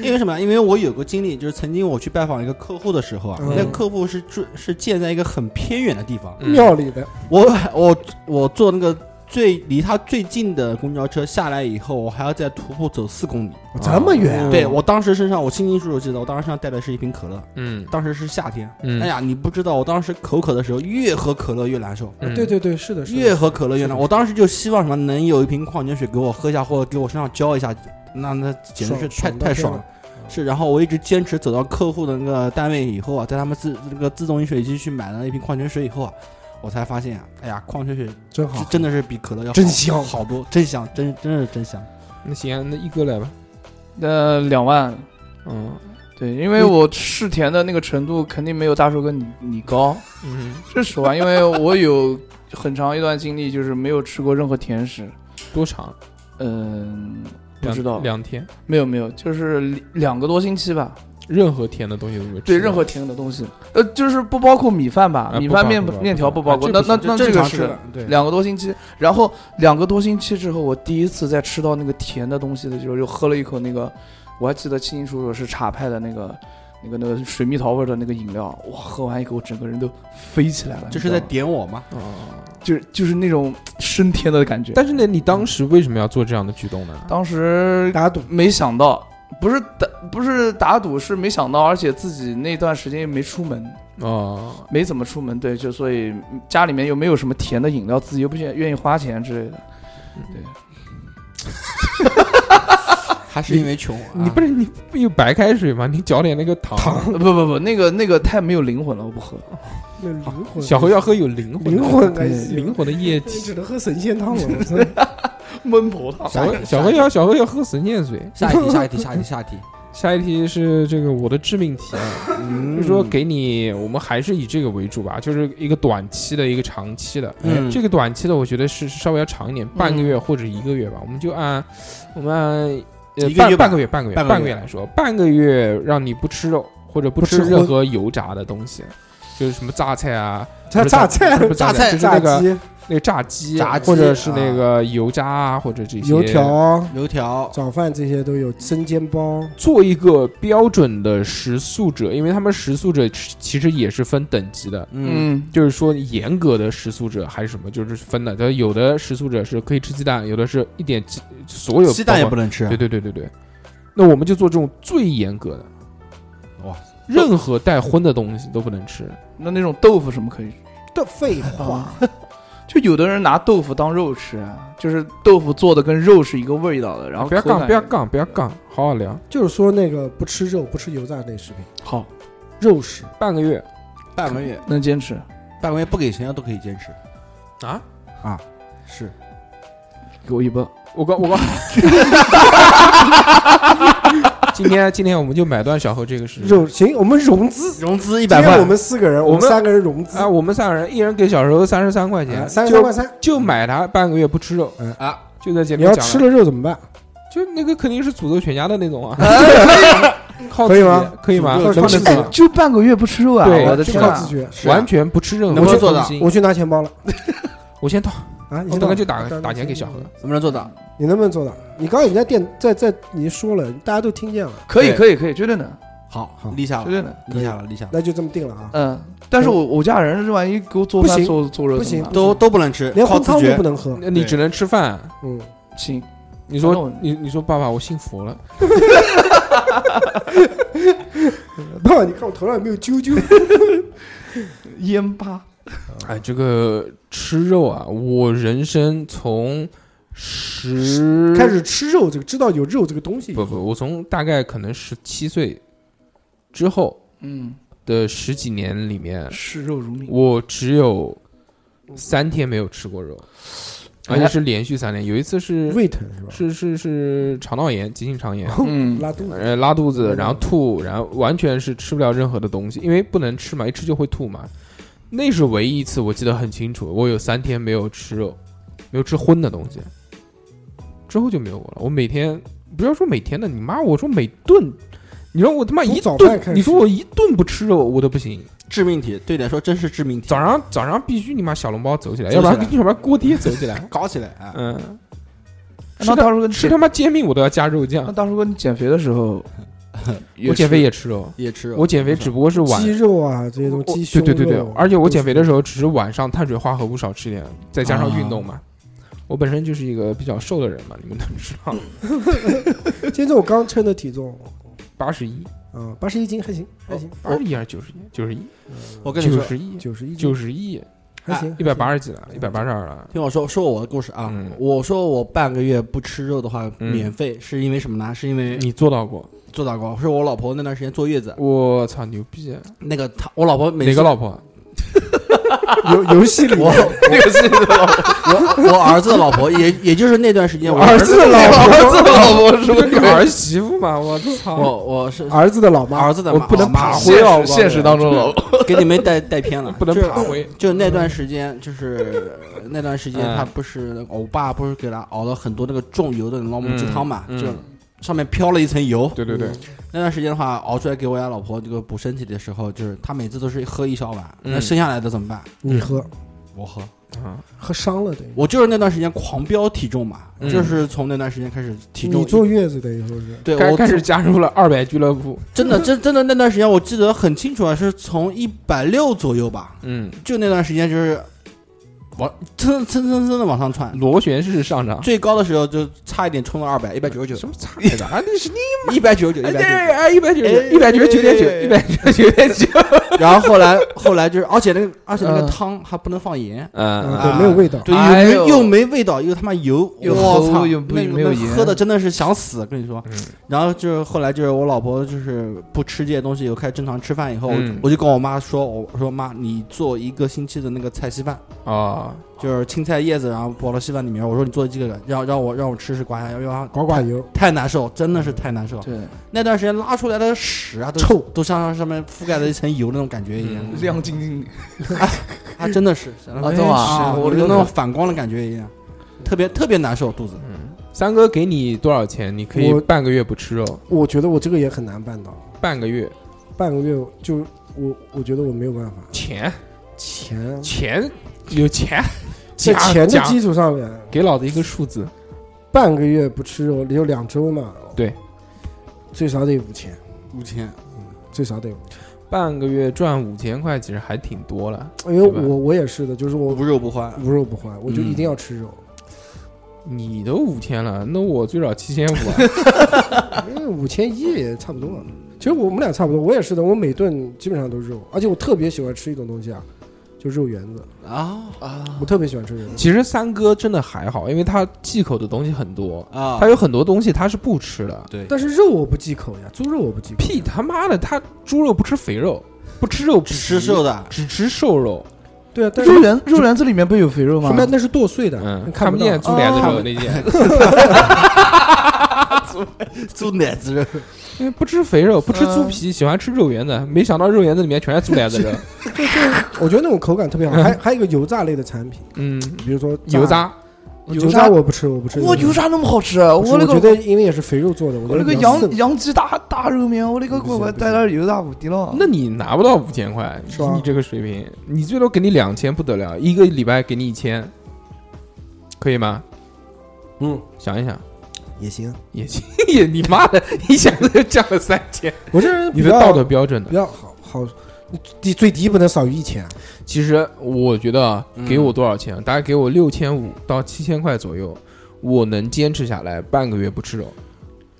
S3: 因为什么？因为我有个经历，就是曾经我去拜访一个客户的时候啊，
S2: 嗯
S3: 那客户是住是建在一个很偏远的地方，
S1: 嗯
S2: 庙里的
S3: 我我我坐那个最离他最近的公交车下来以后，我还要再徒步走四公里。
S2: 哦这么远啊，
S3: 对我当时身上，我清清楚楚记得，我当时身上带的是一瓶可乐，
S1: 嗯
S3: 当时是夏天。
S1: 嗯
S3: 哎呀，你不知道，我当时口渴的时候，越喝可乐越难受，
S1: 嗯
S2: 对对对，是的，是的
S3: 越喝可乐越难。我当时就希望什么能有一瓶矿泉水给我喝一下，或者给我身上浇一下，那那简直是太
S2: 爽到
S3: 太
S2: 天啊
S3: 爽
S2: 了
S3: 了。是，然后我一直坚持走到客户的那个单位以后啊，在他们自那个自动饮水机去买了一瓶矿泉水以后啊，我才发现啊，哎呀，矿泉水
S2: 真
S3: 是
S2: 好，
S3: 真的是比可乐要好
S2: 真香
S3: 好多，真香，真真的是真香。
S1: 那行，那一哥来吧。
S4: 呃，两万，
S1: 嗯
S4: 对，因为我试甜的那个程度肯定没有大叔哥你你高，
S1: 嗯，
S4: 这 是实话，因为我有很长一段经历就是没有吃过任何甜食，
S1: 多长？
S4: 嗯、不
S1: 两
S4: 知道，
S1: 两天，
S4: 没有没有，就是两两个多星期吧，
S1: 任何甜的东西都没有吃。
S4: 对，任何甜的东西，呃，就是不包括米饭吧，
S1: 啊
S4: 米
S1: 不
S4: 饭
S1: 包
S4: 面
S1: 不包
S4: 面
S1: 不
S4: 条
S1: 包
S4: 不包
S1: 啊
S4: 括，
S1: 这
S4: 那
S1: 不
S4: 那
S1: 行
S4: 那
S3: 这
S4: 这
S3: 正
S4: 个
S3: 常吃
S4: 是嗯
S3: 的，对，
S4: 两个多星期，然后两个多星期之后，我第一次在吃到那个甜的东西的时候，就喝了一口那个，我还记得清清楚楚是茶派的那个。那个那个水蜜桃味儿的那个饮料，哇！喝完一口，我整个人都飞起来了。
S3: 这
S4: 你
S3: 是
S4: 知
S3: 在
S4: 道吗
S3: 点我吗？
S1: 哦。
S4: 就是就是那种升天的感觉。
S1: 但是呢，你当时为什么要做这样的举动呢？
S4: 当时
S2: 打赌
S4: 没想到，不是打不是打赌，是没想到，而且自己那段时间也没出门，
S1: 哦，
S4: 没怎么出门，对，就所以家里面又没有什么甜的饮料，自己又不愿愿意花钱之类的。
S3: 还是因为穷啊？
S1: 你不是你不有白开水吗？你搅点那个糖。
S2: 糖
S4: 呃不不不，那个那个太没有灵魂了，我不喝。
S2: 那灵魂，
S1: 小何要喝有灵魂的
S2: 灵魂还
S1: 对
S2: 行
S1: 灵魂的液体。
S2: 只能喝神仙汤了， 我真的
S4: 闷葡萄，
S1: 小何小何要小何要喝神仙水。
S3: 下一题，啊下一题，下一题，下一题。
S1: 下一题是这个我的致命题啊，就
S3: 嗯
S1: 是说给你，我们还是以这个为主吧，就是一个短期的，一个长期的。
S3: 嗯
S1: 这个短期的我觉得是稍微要长一点，半个月或者一个月吧，我们就按我们按呃
S3: 一个
S1: 半
S3: 月吧
S1: 半个月半个
S3: 半个
S1: 月
S3: 月
S1: 半个月来说，半个月让你不吃肉或者不吃
S2: 不吃
S1: 任何油炸的东西，就是什么榨菜啊，
S2: 榨
S1: 不是榨
S2: 菜
S1: 不是
S3: 榨
S1: 榨
S3: 菜
S1: 就是
S2: 炸
S1: 那个
S2: 鸡、
S1: 那个炸鸡，
S3: 炸鸡啊
S1: 或者是那个油炸啊，或者这些
S2: 油条、啊
S3: 嗯油条，
S2: 早饭这些都有，生煎包。
S1: 做一个标准的食宿者，因为他们食宿者其实也是分等级的，
S3: 嗯，
S4: 嗯，
S1: 就是说严格的食宿者还是什么，就是分的。它有的食宿者是可以吃鸡蛋，有的是一点鸡，所有
S3: 鸡蛋也
S1: 包
S3: 不
S1: 括
S3: 能吃啊
S1: 对。对对对对，那我们就做这种最严格的。
S3: 哇，
S1: 任何带荤的东西都不能吃。
S4: 那那种豆腐什么可以？
S2: 的废
S4: 啊
S2: 话，
S4: 就有的人拿豆腐当肉吃啊，就是豆腐做的跟肉是一个味道的，然后
S1: 不要
S4: 口感
S1: 杠，不要杠，不要杠，好好聊。
S2: 就是说那个不吃肉、不吃油炸类食品，
S4: 好，
S2: 肉食
S1: 半个月
S3: 半个月，
S4: 能坚持。
S3: 半个月不给钱都可以坚持。
S1: 啊，
S3: 是，
S4: 给我一包，
S1: 我告 我告。 今天今天我们就买断小何这个事情。
S2: 肉行，我们融资
S3: 融资一
S2: 今
S3: 百
S2: 天
S3: 万，
S2: 我们四个人，
S1: 我
S2: 我
S1: 们
S2: 们三个人融资
S1: 啊，我们三个人一人给小时候三十三块钱，
S2: 啊三十三
S1: 就
S2: 万三。
S1: 就买他半个月不吃肉
S2: 嗯
S1: 啊，就在前
S2: 你
S1: 面
S2: 要
S1: 讲
S2: 吃了肉怎么办？
S1: 就那个肯定是诅咒全家的那种啊， 靠
S2: 可以
S1: 自己
S2: 吗
S1: 可以吗？
S3: 我
S1: 能不能
S2: 靠
S1: 做？
S4: 哎就半个月不吃肉啊！
S1: 对
S4: 我的
S2: 就
S4: 天
S2: 靠
S4: 啊
S2: 自！觉。
S3: 是啊
S1: 完全不吃任
S3: 能
S1: 何
S3: 不能做
S1: 东
S3: 到
S1: 西
S2: 我去拿钱包了
S1: 我先到，
S2: 啊！你
S1: 我
S2: 先
S1: 等
S2: 到
S1: 会就打
S2: 等
S1: 打钱给小何。
S3: 能不能做到？
S2: 你能不能做到？你刚刚已经在电在在已经说了，大家都听见了，
S4: 可以
S3: 对
S4: 可以可以，绝对能，
S3: 好
S2: 好，
S3: 立下了，
S4: 绝对能。
S3: 立下了，立下了，
S2: 那就这么定了啊！
S4: 嗯，但是我我家人这玩意给我做
S2: 不
S4: 饭
S2: 行
S4: 做做热
S2: 不
S4: 怎么
S2: 行
S4: 办
S3: 都都不能吃，
S2: 连
S3: 靠
S2: 红
S3: 自
S2: 汤都
S3: 觉
S2: 不。能喝。
S1: 那你只能吃饭。
S2: 嗯，
S4: 行，
S1: 你
S4: 那
S1: 说
S4: 我
S1: 你你说爸爸，我信佛了。
S2: 爸爸，你看我头上有没有啾 啾？
S4: 烟巴
S3: 嗯
S1: 哎，这个吃肉啊，我人生从十
S2: 开始吃肉，这个知道有肉这个东西，
S1: 不不，我从大概可能十七岁之后
S4: 嗯，
S1: 的十几年 里面，
S4: 视肉如命。
S1: 我只有三天没有吃过肉，
S2: 哎
S1: 而且是连续三天。有一次是
S2: 胃疼是吧？
S1: 是是是肠道炎，急性肠
S2: 哦
S1: 炎，
S4: 嗯，
S2: 拉肚子。
S1: 呃拉肚子，然后吐，然后完全是吃不了任何的东西，因为不能吃嘛，一吃就会吐嘛。那是唯一一次我记得很清楚，我有三天没有吃肉，没有吃荤的东西，之后就没有过了。我每天不要说每天的，你妈我说每顿，你让我他妈
S2: 从
S1: 一
S2: 早饭
S1: 顿
S2: 开，始
S1: 你说我一顿不吃肉我都不行。
S3: 致命体，对你来说真是致命体。
S1: 早上早上必须你妈小笼包走起来，
S3: 走起
S1: 要不
S3: 来。
S1: 然要不然锅贴走起来
S3: 搞起来啊！
S1: 嗯，吃
S4: 那大叔哥
S1: 他
S4: 你
S1: 吃
S4: 减，
S1: 他妈煎饼我都要加肉
S4: 那
S1: 酱。，
S4: 大叔哥你减肥的时候
S1: 我减肥
S4: 也
S1: 也吃肉，
S3: 也吃肉，
S1: 我减肥只不过是晚
S2: 鸡肉啊，这些东西，鸡
S1: 对
S2: 胸
S1: 对对对
S2: 肉，啊
S1: 而且我减肥的时候只是晚上碳水化合物少吃一点，再加上
S3: 啊
S1: 运动嘛。我本身就是一个比较瘦的人嘛，你们都知道，
S2: 今天我刚称的体重，
S1: 八十一、
S2: 啊，八十一斤还行，还行，嗯
S1: 八十一还是九十一？九十一，
S3: 我跟你
S1: 九
S3: 说，
S1: 十一，
S2: 九十一
S1: 九
S2: 斤
S1: 十一，
S2: 还行，啊
S1: 一百八十几了，一百八十二了。
S3: 听我说说我的故事啊
S1: 嗯。
S3: 我说我半个月不吃肉的话，
S1: 嗯
S3: 免费是因为什么呢？是因为
S1: 你做到过？
S3: 做到过，是我老婆那段时间坐月子，
S1: 我操，牛逼！啊
S3: 那个她，我老婆每
S1: 哪
S3: 次
S1: 个老婆？
S2: 游游戏里
S3: 我
S4: 那个是
S3: 我我儿子的老婆，也也就是那段时间，我
S2: 儿子的老
S4: 我儿子老婆是
S1: 这
S4: 不
S1: 不
S4: 是
S1: 你儿媳妇吗？我操！
S3: 我我是
S2: 儿子的老妈
S3: 儿子的妈，
S1: 啊我不能
S3: 哦妈
S1: 爬
S3: 是
S1: 回
S4: 现
S1: 我要
S4: 实现实当中啊了，
S3: 给你们带带偏了，
S1: 不能
S3: 就是
S1: 爬回。
S3: 就那段时间，就是呃那段时间，
S1: 嗯
S3: 他不是我爸不是给他熬了很多那个重油的老母鸡汤嘛，
S1: 嗯
S3: 就上面飘了一层油。
S1: 对对对，
S3: 那段时间的话，熬出来给我家老婆这个补身体的时候，就是她每次都是喝一小碗，
S1: 嗯
S3: 那剩下来的怎么办？
S2: 你喝
S3: 我喝，
S1: 啊，
S2: 喝伤了等于，
S3: 我就是那段时间狂飙体重嘛，
S1: 嗯
S3: 就是从那段时间开始体重
S2: 你
S3: 一。
S2: 坐月子等于说是
S3: 对，
S1: 开
S3: 我
S1: 开始加入了二百俱乐部。
S3: 真 的真真的那段时间，我记得很清楚啊，是从一百六左右吧，
S1: 嗯，
S3: 就那段时间就是往蹭蹭蹭蹭的往上窜，
S1: 螺旋式上涨。
S3: 最高的时候就差一点冲到二百，一百九十
S1: 什
S3: 九，
S1: 么差别的啊？那是
S3: 一百九十九，
S1: 哎
S3: 一
S1: 对，
S3: 百
S1: 哎，一百九十一百九十九点
S4: 哎
S1: 九，一百九十九点九。
S3: 九。然后后来后来就是，而且 那个而且那个汤还不能放盐，
S2: 嗯
S1: 嗯，
S2: 对没有味道，
S3: 对，
S4: 哎
S3: 又
S4: 呦
S3: 没又没味道，又他妈油，
S4: 又
S3: 我
S4: 齁
S3: 操，
S4: 又不
S3: 那个
S4: 没有
S3: 那
S4: 盐
S3: 喝的真的是想死，跟你说
S1: 嗯。
S3: 然后就是后来就是我老婆就是不吃这些东西，以后开始正常吃饭以后，我就
S1: 嗯
S3: 我就跟我妈说，我我说妈，你做一个星期的那个菜稀饭。
S2: 嗯
S1: 啊，
S3: 就是青菜叶子，然后包到稀饭里面。我说你做这个，让让我让我吃吃刮下，要不然
S2: 刮刮油，
S3: 太难受，真的是太难受。
S4: 对，
S3: 那段时间拉出来的屎啊，都
S2: 臭，
S3: 都像上面覆盖了一层油那种感觉一样，
S1: 嗯
S4: 亮晶晶的。
S3: 啊，真的是，嗯
S4: 啊真的啊
S3: 我
S4: 我
S3: 有
S4: 这个
S3: 那种反光的感觉一样，特别特别难受肚子。
S1: 三哥给你多少钱？你可以
S2: 我
S1: 半个月不吃肉，
S2: 我觉得我这个也很难办到，
S1: 半个月
S2: 半个月就我我觉得我没有办法，
S1: 钱
S2: 钱
S1: 钱有钱，
S2: 在
S1: 假
S2: 钱的
S1: 假
S2: 基础上面，
S1: 给老子一个数字，
S2: 半个月不吃肉，也就两周嘛，
S1: 对，
S2: 最少得五千，
S3: 五千，
S2: 最少得五千，
S1: 半个月赚五千块，其实还挺多了。
S2: 因为
S1: 对吧
S2: 我我也是的，就是我
S3: 无肉不欢，
S2: 无肉不欢，我就
S1: 嗯
S2: 一定要吃肉，
S1: 你都五千了，那我最少七千五啊！
S2: 因为五千一也差不多。啊其实我们俩差不多，我也是的，我每顿基本上都是肉，而且我特别喜欢吃一种东西啊，就肉圆子，
S3: 啊
S2: 我特别喜欢吃肉圆子。
S1: 其实三哥真的还好，因为他忌口的东西很多，
S3: 啊
S1: 他！有很多东西他是不吃的。
S3: 对，
S2: 但是肉我不忌口呀，猪肉我不忌口。
S1: 屁他妈的，他猪肉不吃肥肉，不吃肉
S3: 只
S1: 皮
S3: 吃瘦，的，
S1: 只吃瘦肉。
S2: 对啊，但是
S4: 肉圆肉圆子里面不有肥肉吗
S2: 什？么那是剁碎的，
S1: 嗯，
S2: 你
S1: 看
S2: 看
S1: 不
S2: 到啊
S1: 见猪脸子
S4: 哦
S1: 肉那些，
S3: 猪奶子肉，
S1: 因为不吃肥肉，不吃猪皮，喜欢吃肉圆子。没想到肉圆子里面全是猪脸子肉。
S2: 我觉得那种口感特别好。还还有一个油炸类的产品，
S1: 嗯，
S2: 比如说
S1: 油，炸
S4: 油
S2: 油
S4: 炸
S2: 炸我不吃，我不吃。
S4: 哇，油炸那么好吃，啊
S2: 不是，
S4: 我那
S2: 我觉
S4: 个
S2: 得因为也是肥肉做的，我
S4: 我
S2: 觉得
S4: 那个
S2: 比较
S4: 羊
S2: 涩
S4: 羊鸡大大肉面，我那个乖乖带点油炸无敌了。
S1: 那你拿不到五千块，
S2: 是吧
S1: 你这个水平，你最多给你两千不得了，一个礼拜给你一千，可以吗？
S2: 嗯，
S1: 想一想
S2: 也行。
S1: 也 行，也你妈的，一下子就降了三千，
S2: 我这人
S1: 你
S2: 比
S1: 的
S2: 较
S1: 道德标准呢
S2: 比？较好好，低最低不能少于一千。
S1: 其实我觉得啊
S3: 嗯，
S1: 给我多少钱，大概给我六千五到七千块左右，我能坚持下来半个月不吃肉。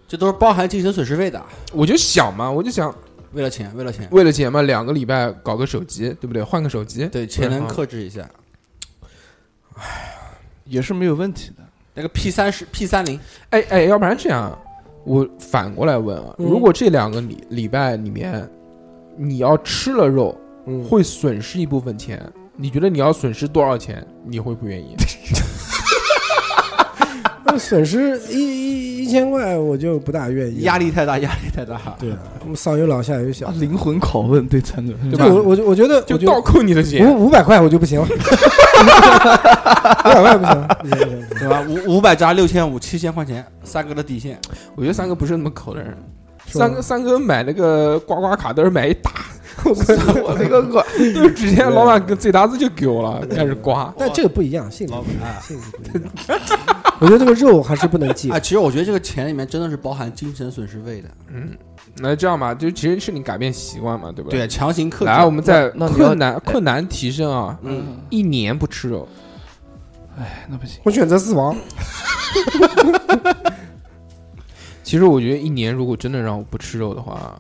S3: 这都是包含精神损失费的，
S1: 我就想嘛，我就想
S3: 为了钱，为了钱，
S1: 为了钱嘛，两个礼拜搞个手机，对不对？换个手机，
S3: 对，钱能克制一下。
S4: 也是没有问题的。
S3: 那个 P 三十 P 三零，
S1: 哎哎，要不然这样，我反过来问啊，
S2: 嗯
S1: 如果这两个礼礼拜里面，你要吃了肉，
S2: 嗯，
S1: 会损失一部分钱，你觉得你要损失多少钱？你会不愿意？
S2: 那损失一一一千块，我就不大愿意了。
S3: 压力太大，压力太大。
S2: 对啊，我们上有老下有小
S4: 啊，，灵魂拷问对餐的，
S1: 对
S2: 就
S1: 吧？
S2: 我我就我觉得
S1: 就
S2: 我
S1: 倒扣你的钱，
S2: 五五百块我就 不行了，五百块不行不行，不行不行
S3: 对吧？五五百加六千五，七千块钱，三哥的底线。
S1: 我觉得三哥不是那么抠的人。
S2: 是吧
S1: 三哥，三哥买那个刮刮卡都是买一大，
S4: 我那 个个
S1: 就是直接老板跟最大字就给我了，开始刮。
S2: 但这个不一样，性格不一
S3: 老板
S1: 啊
S2: 样，性格不一样。我觉得这个肉还是不能忌
S3: 啊，，其实我觉得这个钱里面真的是包含精神损失费的，
S1: 那这样吧，就其实是你改变习惯嘛，对不
S3: 对，？强行克制。
S4: 啊
S1: 来，我们再
S4: 那那你要
S1: 困
S2: 哎
S1: 难困难提升啊，
S3: 嗯，
S1: 一年不吃肉，
S4: 哎，那不行，
S2: 我选择死亡。
S1: 其实我觉得一年如果真的让我不吃肉的话，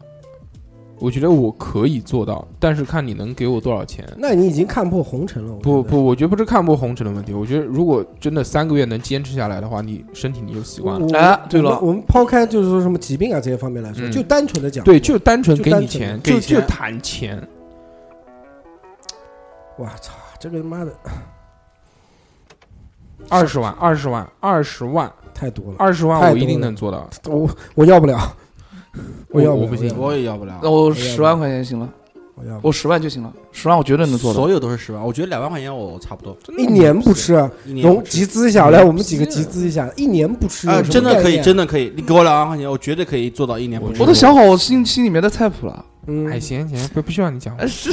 S1: 我觉得我可以做到，但是看你能给我多少钱。
S2: 那你已经看破红尘了，我觉
S1: 不
S2: 得，
S1: 不，我觉得不是看破红尘的问题，我觉得如果真的三个月能坚持下来的话，你身体你就习惯了。
S2: 我
S4: 哎对了
S2: 我们我们抛开就是说什么疾病啊这些方面来说，
S1: 嗯
S2: 就单纯的讲，
S1: 对，就单纯
S2: 就
S1: 给你
S2: 单纯
S1: 钱，
S3: 给
S1: 就就
S3: 钱
S1: 谈钱。
S2: 哇操，这个他妈的
S1: 二十万，二十万，二十万，
S2: 太多了，
S1: 二十万，
S2: 太
S1: 我一
S2: 多
S1: 定
S2: 了
S1: 能做到。
S2: 我我要不了，我要
S1: 我
S2: 不
S1: 不
S2: 了
S1: 信
S3: 我也要不了
S4: 那。我十万块钱行了，
S2: 我要不了
S4: 我十万就行了，十万我绝对能做到。
S3: 所有都是十万，我觉得两万块钱我差不多，
S2: 一年不吃，
S3: 一年
S2: 能
S3: 不吃。
S2: 集资一下来，我们几个集资一下，一年不吃
S3: 啊，
S2: 有什么
S3: 真的可
S2: 概
S3: 以，
S2: 念
S3: 真的可以，你给我两万块钱，我绝对可以做到一年不吃。
S4: 我都想好我心心里面的菜谱了。
S2: 嗯
S1: 哎，行行，不不需要你讲话。
S4: 是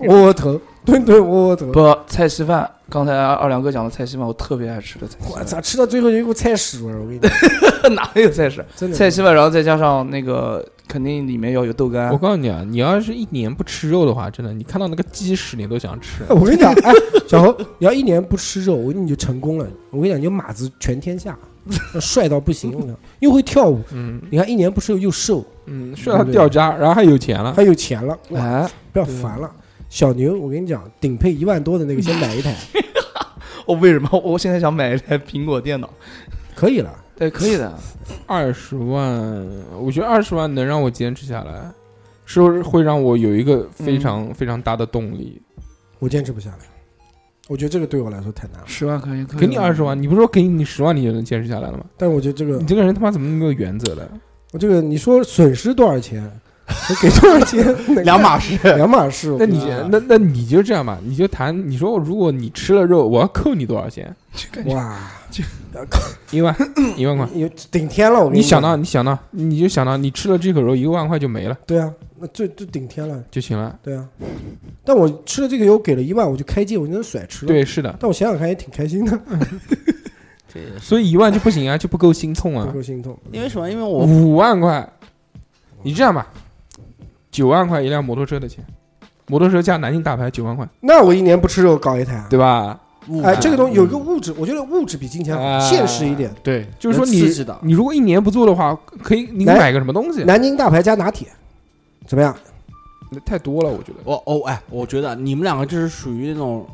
S2: 窝窝头，顿顿窝窝头。
S4: 不菜稀饭，刚才二两哥讲的菜稀饭，我特别爱吃的菜稀
S2: 我
S4: 饭。
S2: 操，吃到最后有一股菜屎味儿，我跟你讲，
S4: 哪有菜市？
S2: 真的。
S4: 菜稀饭，然后再加上那个，肯定里面要有豆干
S1: 我。告诉你啊，你要是一年不吃肉的话，真的，你看到那个鸡屎你都想吃
S2: 哎。我跟你讲，哎，小侯，你要一年不吃肉，我跟你就成功了。我跟你讲，你就马子全 天下，那帅到不行。我跟你讲，又会跳舞，
S1: 嗯
S2: 你看一年不吃肉又瘦，
S1: 嗯，睡到掉渣，然后还有钱
S3: 啊
S1: 了。
S2: 还有钱了，哇，
S4: 哎，
S2: 不要烦了。小牛，我跟你讲，顶配一万多的那个，先 买一台，
S4: 我为什么 我现在想买一台苹果电脑？
S2: 可以了。
S4: 对，可以的。
S1: 二十万，我觉得二十万能让我坚持下来，是会让我有一个非常、非常大的动力。
S2: 我坚持不下来，我觉得这个对我来说太难了。
S4: 十万可以，可以
S1: 给你二十万，你不是说给你十万你就能坚持下来了吗？
S2: 但我觉得这个
S1: 你，这个人他妈怎么那么没有原则的？
S2: 我这个，你说损失多 少钱？我给多少钱？
S3: 两码事，
S2: 两码事。我
S1: 那
S2: 跟
S1: 你
S2: 讲
S1: 那那你就这样吧，你就谈，你说如果你吃了肉，我要扣你多少钱？
S2: 哇，
S1: 一 万，一万块。
S2: 有顶天了！我跟
S1: 你
S2: 讲
S1: 想到，你想到，你就想到你吃了这口肉，一万块就没了
S2: 对啊，那这这顶天了，
S1: 就行了。
S2: 对啊。但我吃了这个油，给了一万，我就开戒，我就能甩吃了。，
S1: 对，是嗯的，
S2: 但我想想看也挺开心的，
S1: 所以一万就不行啊，就不够心痛
S2: 不
S1: 啊。
S2: 够心痛。
S3: 因为什么？因为我
S1: 五万块，你这样吧，九万块一辆摩托车的钱，摩托车加南京大牌九万块，
S2: 那我一年不吃肉搞一台啊，
S1: 对吧？
S2: 哎，这个东西有一个
S3: 嗯
S2: 物质，我觉得物质比金钱好，
S1: 嗯啊
S2: 现实一点。
S1: 对，就是说
S3: 能
S1: 你
S3: 刺激到
S1: 你如果一年不做的话，可以你
S2: 来
S1: 买个什么东西？啊
S2: 南京大排加拿铁，怎么样？
S1: 太多了，我觉得。
S3: 我哦哎，我觉得你们两个就是属于那种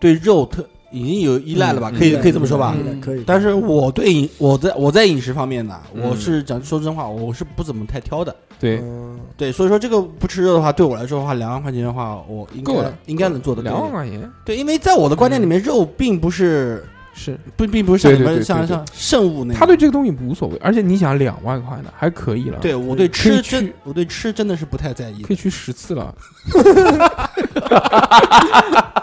S3: 对肉特已经有依赖了吧？
S1: 嗯
S3: 可以
S2: 嗯
S3: 可以这么说吧
S2: 可。以的可以的。
S3: 但是我对饮我在我在饮食方面呢，
S1: 嗯
S3: 我是讲说真话，我是不怎么太挑的。
S1: 对，
S2: 嗯
S3: 对，所以说这个不吃肉的话，对我来说的话，两万块钱的话，我应
S1: 够
S3: 该
S1: 了
S3: 应该能做得
S1: 两万
S3: 到。
S1: 块钱，
S3: 对，因为在我的观念里面，肉并不是
S1: 是
S3: 不并不是像
S1: 对
S3: 你
S1: 对
S3: 们
S1: 对
S3: 像
S1: 对对
S3: 像圣物那
S1: 他
S3: 样。
S1: 对这个东西无所谓，而且你想两万块呢，还可以了，，
S3: 对我对
S1: 可以
S3: 吃
S1: 去
S3: 真我对吃真的是不太在意的
S1: 可以去十次了，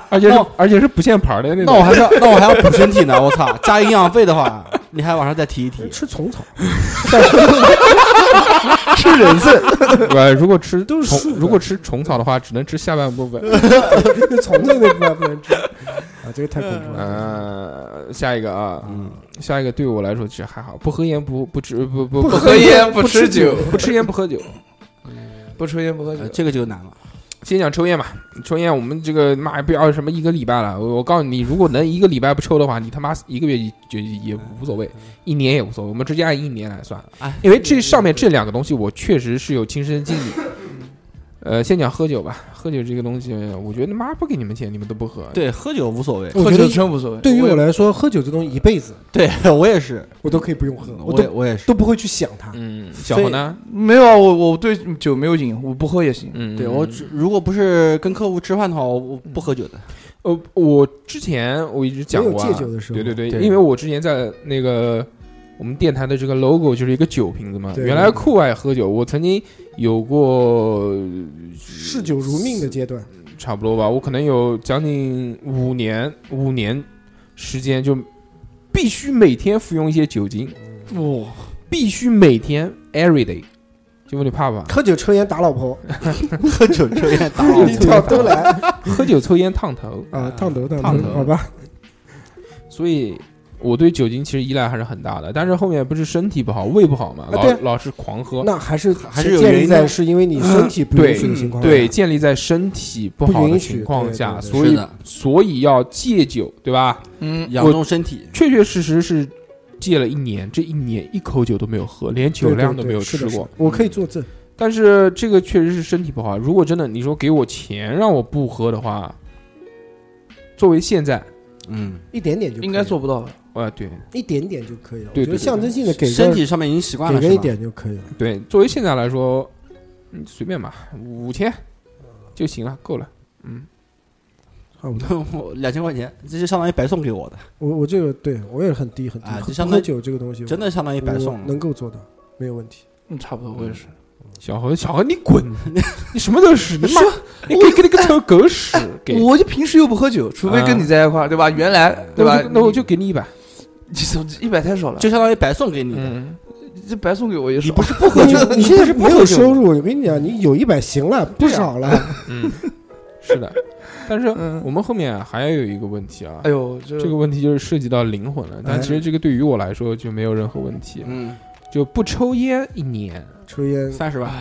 S1: 而且是
S3: 那
S1: 而且是不限牌的那
S3: 那我
S1: 种，
S3: 还是要 那我还要补身体呢，我操！加营养费的话，你还往上再提一 提。
S2: 吃虫草，
S5: 吃人参，
S1: 呃，如果吃
S2: 都是
S1: 虫
S2: 树的
S1: 如果吃虫草的话，只能吃下半部分。
S2: 虫子那部分不能吃啊，这个太恐怖了。
S1: 呃，下一个啊，
S3: 嗯，
S1: 下一个对我来说其实还好，不喝烟不不吃不不
S4: 不
S1: 不
S4: 喝烟不吃酒，
S1: 不吃烟不喝酒。
S4: 不抽烟不喝酒
S3: 呃，这个就难了。
S1: 先讲抽烟吧，抽烟我们这个妈不要什么一个礼拜了，我我告诉你，如果能一个礼拜不抽的话，你他妈一个月就也无所谓，一年也无所谓，我们直接按一年来算
S3: 哎，
S1: 因为这上面这两个东西我确实是有亲身经 历。呃，先讲喝酒吧，喝酒这个东西，我觉得妈不给你们钱，你们都不喝，
S3: 对，嗯喝酒无所谓。
S2: 我
S4: 喝
S2: 觉
S4: 酒
S2: 得
S4: 真无所谓。
S2: 对于
S4: 我
S2: 我
S4: 也
S2: 来说，喝酒这东西一辈子嗯
S3: 对我也是，
S2: 我都可以不用喝，
S3: 我也
S2: 都
S3: 我也是。
S2: 都不会去想它。
S1: 嗯，小红呢？
S4: 没有啊，我我对酒没有瘾，我不喝也行。
S1: 嗯，
S3: 对我只如果不是跟客户吃饭的话，我我不喝酒的。
S1: 呃，我之前我一直讲过啊、
S2: 没有戒酒的时候
S1: 对对对，
S3: 对
S1: 因为我之前在那个我们电台的这个 logo 就是一个酒瓶子嘛。
S2: 对
S1: 原来酷爱喝酒，我曾经有过
S2: 嗜酒如命的阶段，
S1: 差不多吧，我可能有将近五年五年时间就必须每天服用一些酒精，
S4: 哇，
S1: 必须每天 every day。结果你怕不 怕？
S2: 喝酒、抽烟、打老婆，
S3: 喝酒抽烟打
S1: 哦
S2: 一条都来
S1: 喝酒、抽烟、烫头，
S2: 啊，烫头烫
S1: 烫
S2: 头，
S1: 头
S2: 好吧，
S1: 所以我对酒精其实依赖还是很大的。但是后面不是身体不好、胃不好嘛，
S2: 啊
S1: 老、
S2: 对啊
S1: 老是狂喝。
S2: 那还是
S3: 还是有
S2: 建
S3: 原
S2: 立
S3: 因
S2: 在
S3: 的
S2: 是因为你身体不允许的情况下，
S1: 对，建立在身体不好的情况下，所
S2: 不允许
S3: 是
S1: 以
S3: 的
S1: 所以要戒酒，对吧？
S4: 嗯，
S3: 养重身体。
S1: 确确实实是戒了一年，这一年一口酒都没有喝，连酒
S2: 对
S1: 量
S2: 对
S1: 都
S2: 对
S1: 没有
S2: 是
S1: 吃过。
S2: 的是的我可以作证，
S1: 但是这个确实是身体不好。如果真的你说给我钱让我不喝的话，作为现在，
S3: 嗯，
S2: 一点点就可以
S4: 应该做不到。
S1: 啊、对
S2: 一点点就可以了。
S1: 对对
S2: 我觉得
S1: 对
S2: 象征性的给个
S3: 身体上面已经习惯
S2: 给
S3: 了，
S2: 个
S3: 是
S2: 一
S3: 吧？
S2: 点就可以了。
S1: 对，作为现在来说，嗯，随便吧，五千就行了，够了。嗯，
S2: 差不多，
S3: 我 两千块钱，这就相当于白送给我的，
S2: 啊我我这个对我也是很低很低
S3: 啊，就
S2: 喝
S3: 相
S2: 喝
S3: 当于
S2: 酒这个东西
S3: 真的相当于
S2: 我
S3: 白送
S2: 我
S3: 了
S2: 能。够做到，没有问题。
S4: 嗯，差不多，我也是。
S1: 小何，小何，你滚！你什么都是，你妈，你给给你个臭狗屎！给啊 嗯
S4: 我就平时又不喝酒，除非跟你在一块儿，对吧？原来对吧
S1: 那我就？那我就给你一百。
S4: 一百太少了，
S3: 就相当于白送给你的，
S1: 嗯，
S4: 这白送给我也
S3: 你
S4: 少
S3: 不。是不喝
S2: 你
S3: 酒，
S2: 你现在是
S3: 不
S2: 没
S3: 喝
S2: 有
S3: 酒
S2: 收入，我跟你讲，你有一百行了，不少了。
S1: 嗯，是的。但是
S4: 嗯
S1: 我们后面还要有一个问题啊
S4: 哎，呦，这
S1: 这个问题就是涉及到灵魂了。但其实这个对于我来说就没有任何问题。
S3: 嗯，
S1: 就不抽烟一年，
S2: 抽烟
S3: 三十万，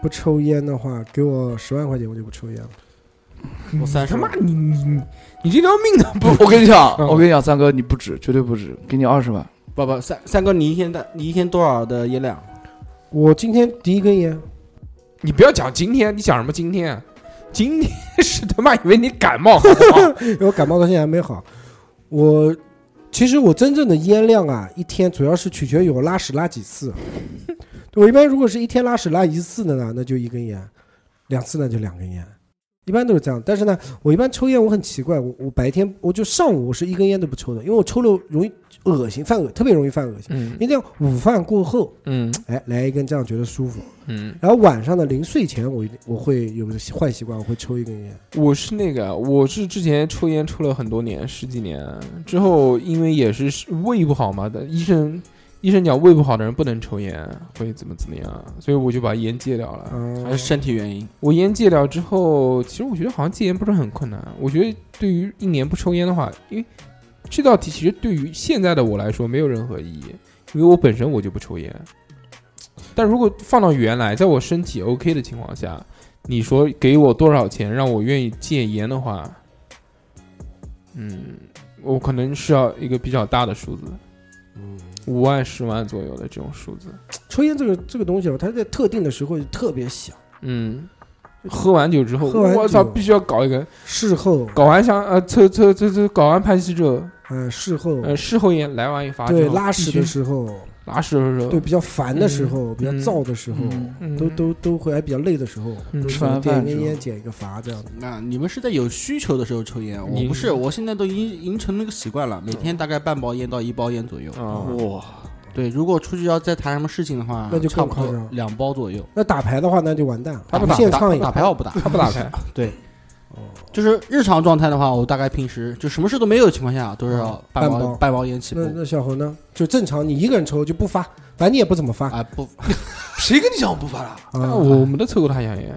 S2: 不抽烟的话，给我十万块钱，我就不抽烟了。
S3: 我三十
S1: 他
S3: 万
S1: 妈你你你你这条命呢？
S4: 不，我跟你讲，
S1: 嗯
S4: 我跟你讲，三哥，你不止，绝对不止，给你二十万。
S3: 不不，三三哥，你一天的你一天多少的烟量？
S2: 我今天第一根烟，
S1: 你不要讲今天，你讲什么今天？啊今天 是他妈以为你感冒好不好？
S2: 因为我感冒到现在还没好。我其实我真正的烟量啊，一天主要是取决于我拉屎拉几次。我一般如果是一天拉屎拉一次的呢，那就一根烟；两次呢就两根烟，一般都是这样。但是呢，我一般抽烟我很奇怪，我我白天我就上午我是一根烟都不抽的，因为我抽了容易恶心，犯恶特别容易犯恶心。
S1: 嗯
S2: 一定要午饭过后，
S1: 嗯
S2: 哎，来一根这样觉得舒服。
S1: 嗯。
S2: 然后晚上呢，临睡前我一定我会有个坏习惯，我会抽一根烟。
S1: 我是那个，啊我是之前抽烟抽了很多年，十几年之后，因为也是胃不好嘛，但医生医生讲胃不好的人不能抽烟，会怎么怎么样，啊所以我就把烟戒掉了。
S3: 还
S2: 嗯
S3: 是，身体原因？
S1: 我烟戒掉之后，其实我觉得好像戒烟不是很困难。我觉得对于一年不抽烟的话，因为这道题其实对于现在的我来说没有任何意义，因为我本身我就不抽烟。但如果放到原来，在我身体 OK 的情况下，你说给我多少钱让我愿意戒烟的话，嗯，我可能是要一个比较大的数字，
S2: 嗯
S1: 五万、十万左右的这种数字。
S2: 抽烟这个这个东西啊，它在特定的时候就特别响，
S1: 嗯，喝完酒之后，
S2: 喝完
S1: 我操，
S2: 酒
S1: 必须要搞一根。
S2: 事后，
S1: 搞完香呃，抽抽抽抽，搞完潘西之后，呃
S2: 嗯，事后，
S1: 呃，事后烟来完一发之
S2: 对
S1: 后，
S2: 拉
S1: 必
S2: 屎
S1: 须
S2: 的时候，
S1: 拉屎的时候，
S2: 对，比较烦的时候，
S1: 嗯
S2: 比较燥的时候，
S4: 嗯
S1: 嗯
S2: 都都都会还比较累的时候，
S1: 嗯
S2: 都
S4: 吃
S2: 想
S4: 完
S2: 点
S4: 饭
S2: 根
S4: 之后
S2: 烟解一个乏这样子。
S3: 那你们是在有需求的时候抽烟，我
S1: 你
S3: 不是，我现在都已经已经成了一个习惯了，每天大概半包烟到一包烟左右。
S1: 啊，
S4: 哇，
S3: 对，如果出去要再谈什么事情的话，
S2: 那就
S3: 差
S2: 更
S3: 不多
S2: 夸张
S3: 两包左右。
S2: 那打牌的话，那就完蛋了，
S1: 他不
S2: 无
S1: 打
S2: 限
S3: 打
S2: 畅饮
S3: 打。牌我 不打，
S1: 他不打牌，
S3: 对，就是日常状态的话，我大概平时就什么事都没有的情况下，都是要半
S2: 嗯半
S3: 包
S2: 包
S3: 半包烟起步
S2: 那那小侯呢？就正常，你一个人抽就不发，反正你也不怎么发啊。
S3: 啊，不
S4: 谁跟你讲我不发了？
S1: 啊我们都抽过他香烟，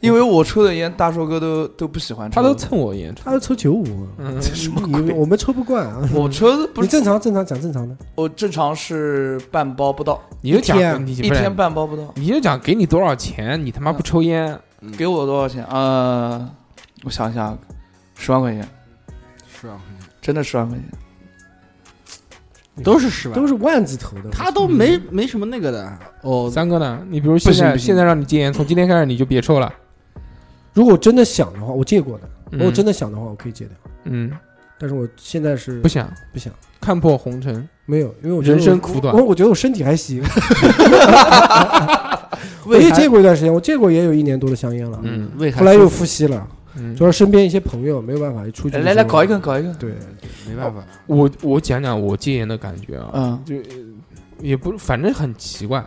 S4: 因为我抽的烟，大硕哥都都不喜欢抽，
S1: 他都蹭我烟，
S2: 他都抽九五，
S1: 嗯，
S2: 什么你我们抽不惯啊。
S4: 我抽的不
S2: 你
S4: 是
S2: 正常正常讲正常的，
S4: 我正常是半包不到，
S1: 你就
S2: 一天
S1: 讲你
S4: 一
S1: 不是
S4: 天半包不到。
S1: 你就讲给你多少钱，你他妈不抽烟，
S4: 给我多少钱？呃，我想一下，十万块钱，
S3: 是啊，
S2: 嗯
S4: 真的十万块钱。
S3: 都是十万
S2: 都，是嗯万字头的。
S3: 他都没没什么那个的。哦，
S1: 三哥呢？你比如现
S4: 不行
S1: 在
S4: 不行
S1: 现在让你戒烟，从今天开始你就别抽了。
S2: 如果真的想的话，我戒过的。如果
S1: 嗯
S2: 真的想的话，我可以戒掉。
S1: 嗯，
S2: 但是我现在是
S1: 不想
S2: 不想，
S1: 看破红尘，
S2: 没有，因为我觉得
S1: 人
S2: 我
S1: 生苦短
S2: 我。我觉得我身体还 行。我也戒过一段时间，我戒过也有一年多的香烟了，
S1: 嗯
S3: 胃
S2: 后
S3: 还
S2: 来又复吸了，
S1: 嗯
S2: 主，要身边一些朋友没有办法，一出去
S4: 来
S2: 就
S4: 来来，
S2: 是
S4: 搞一根，。搞一根。
S2: 对，
S1: 嗯
S2: 哦
S3: 没办法，
S1: 我我讲讲我戒烟的感觉啊，
S4: 嗯，
S1: 就呃也不是，反正很奇怪。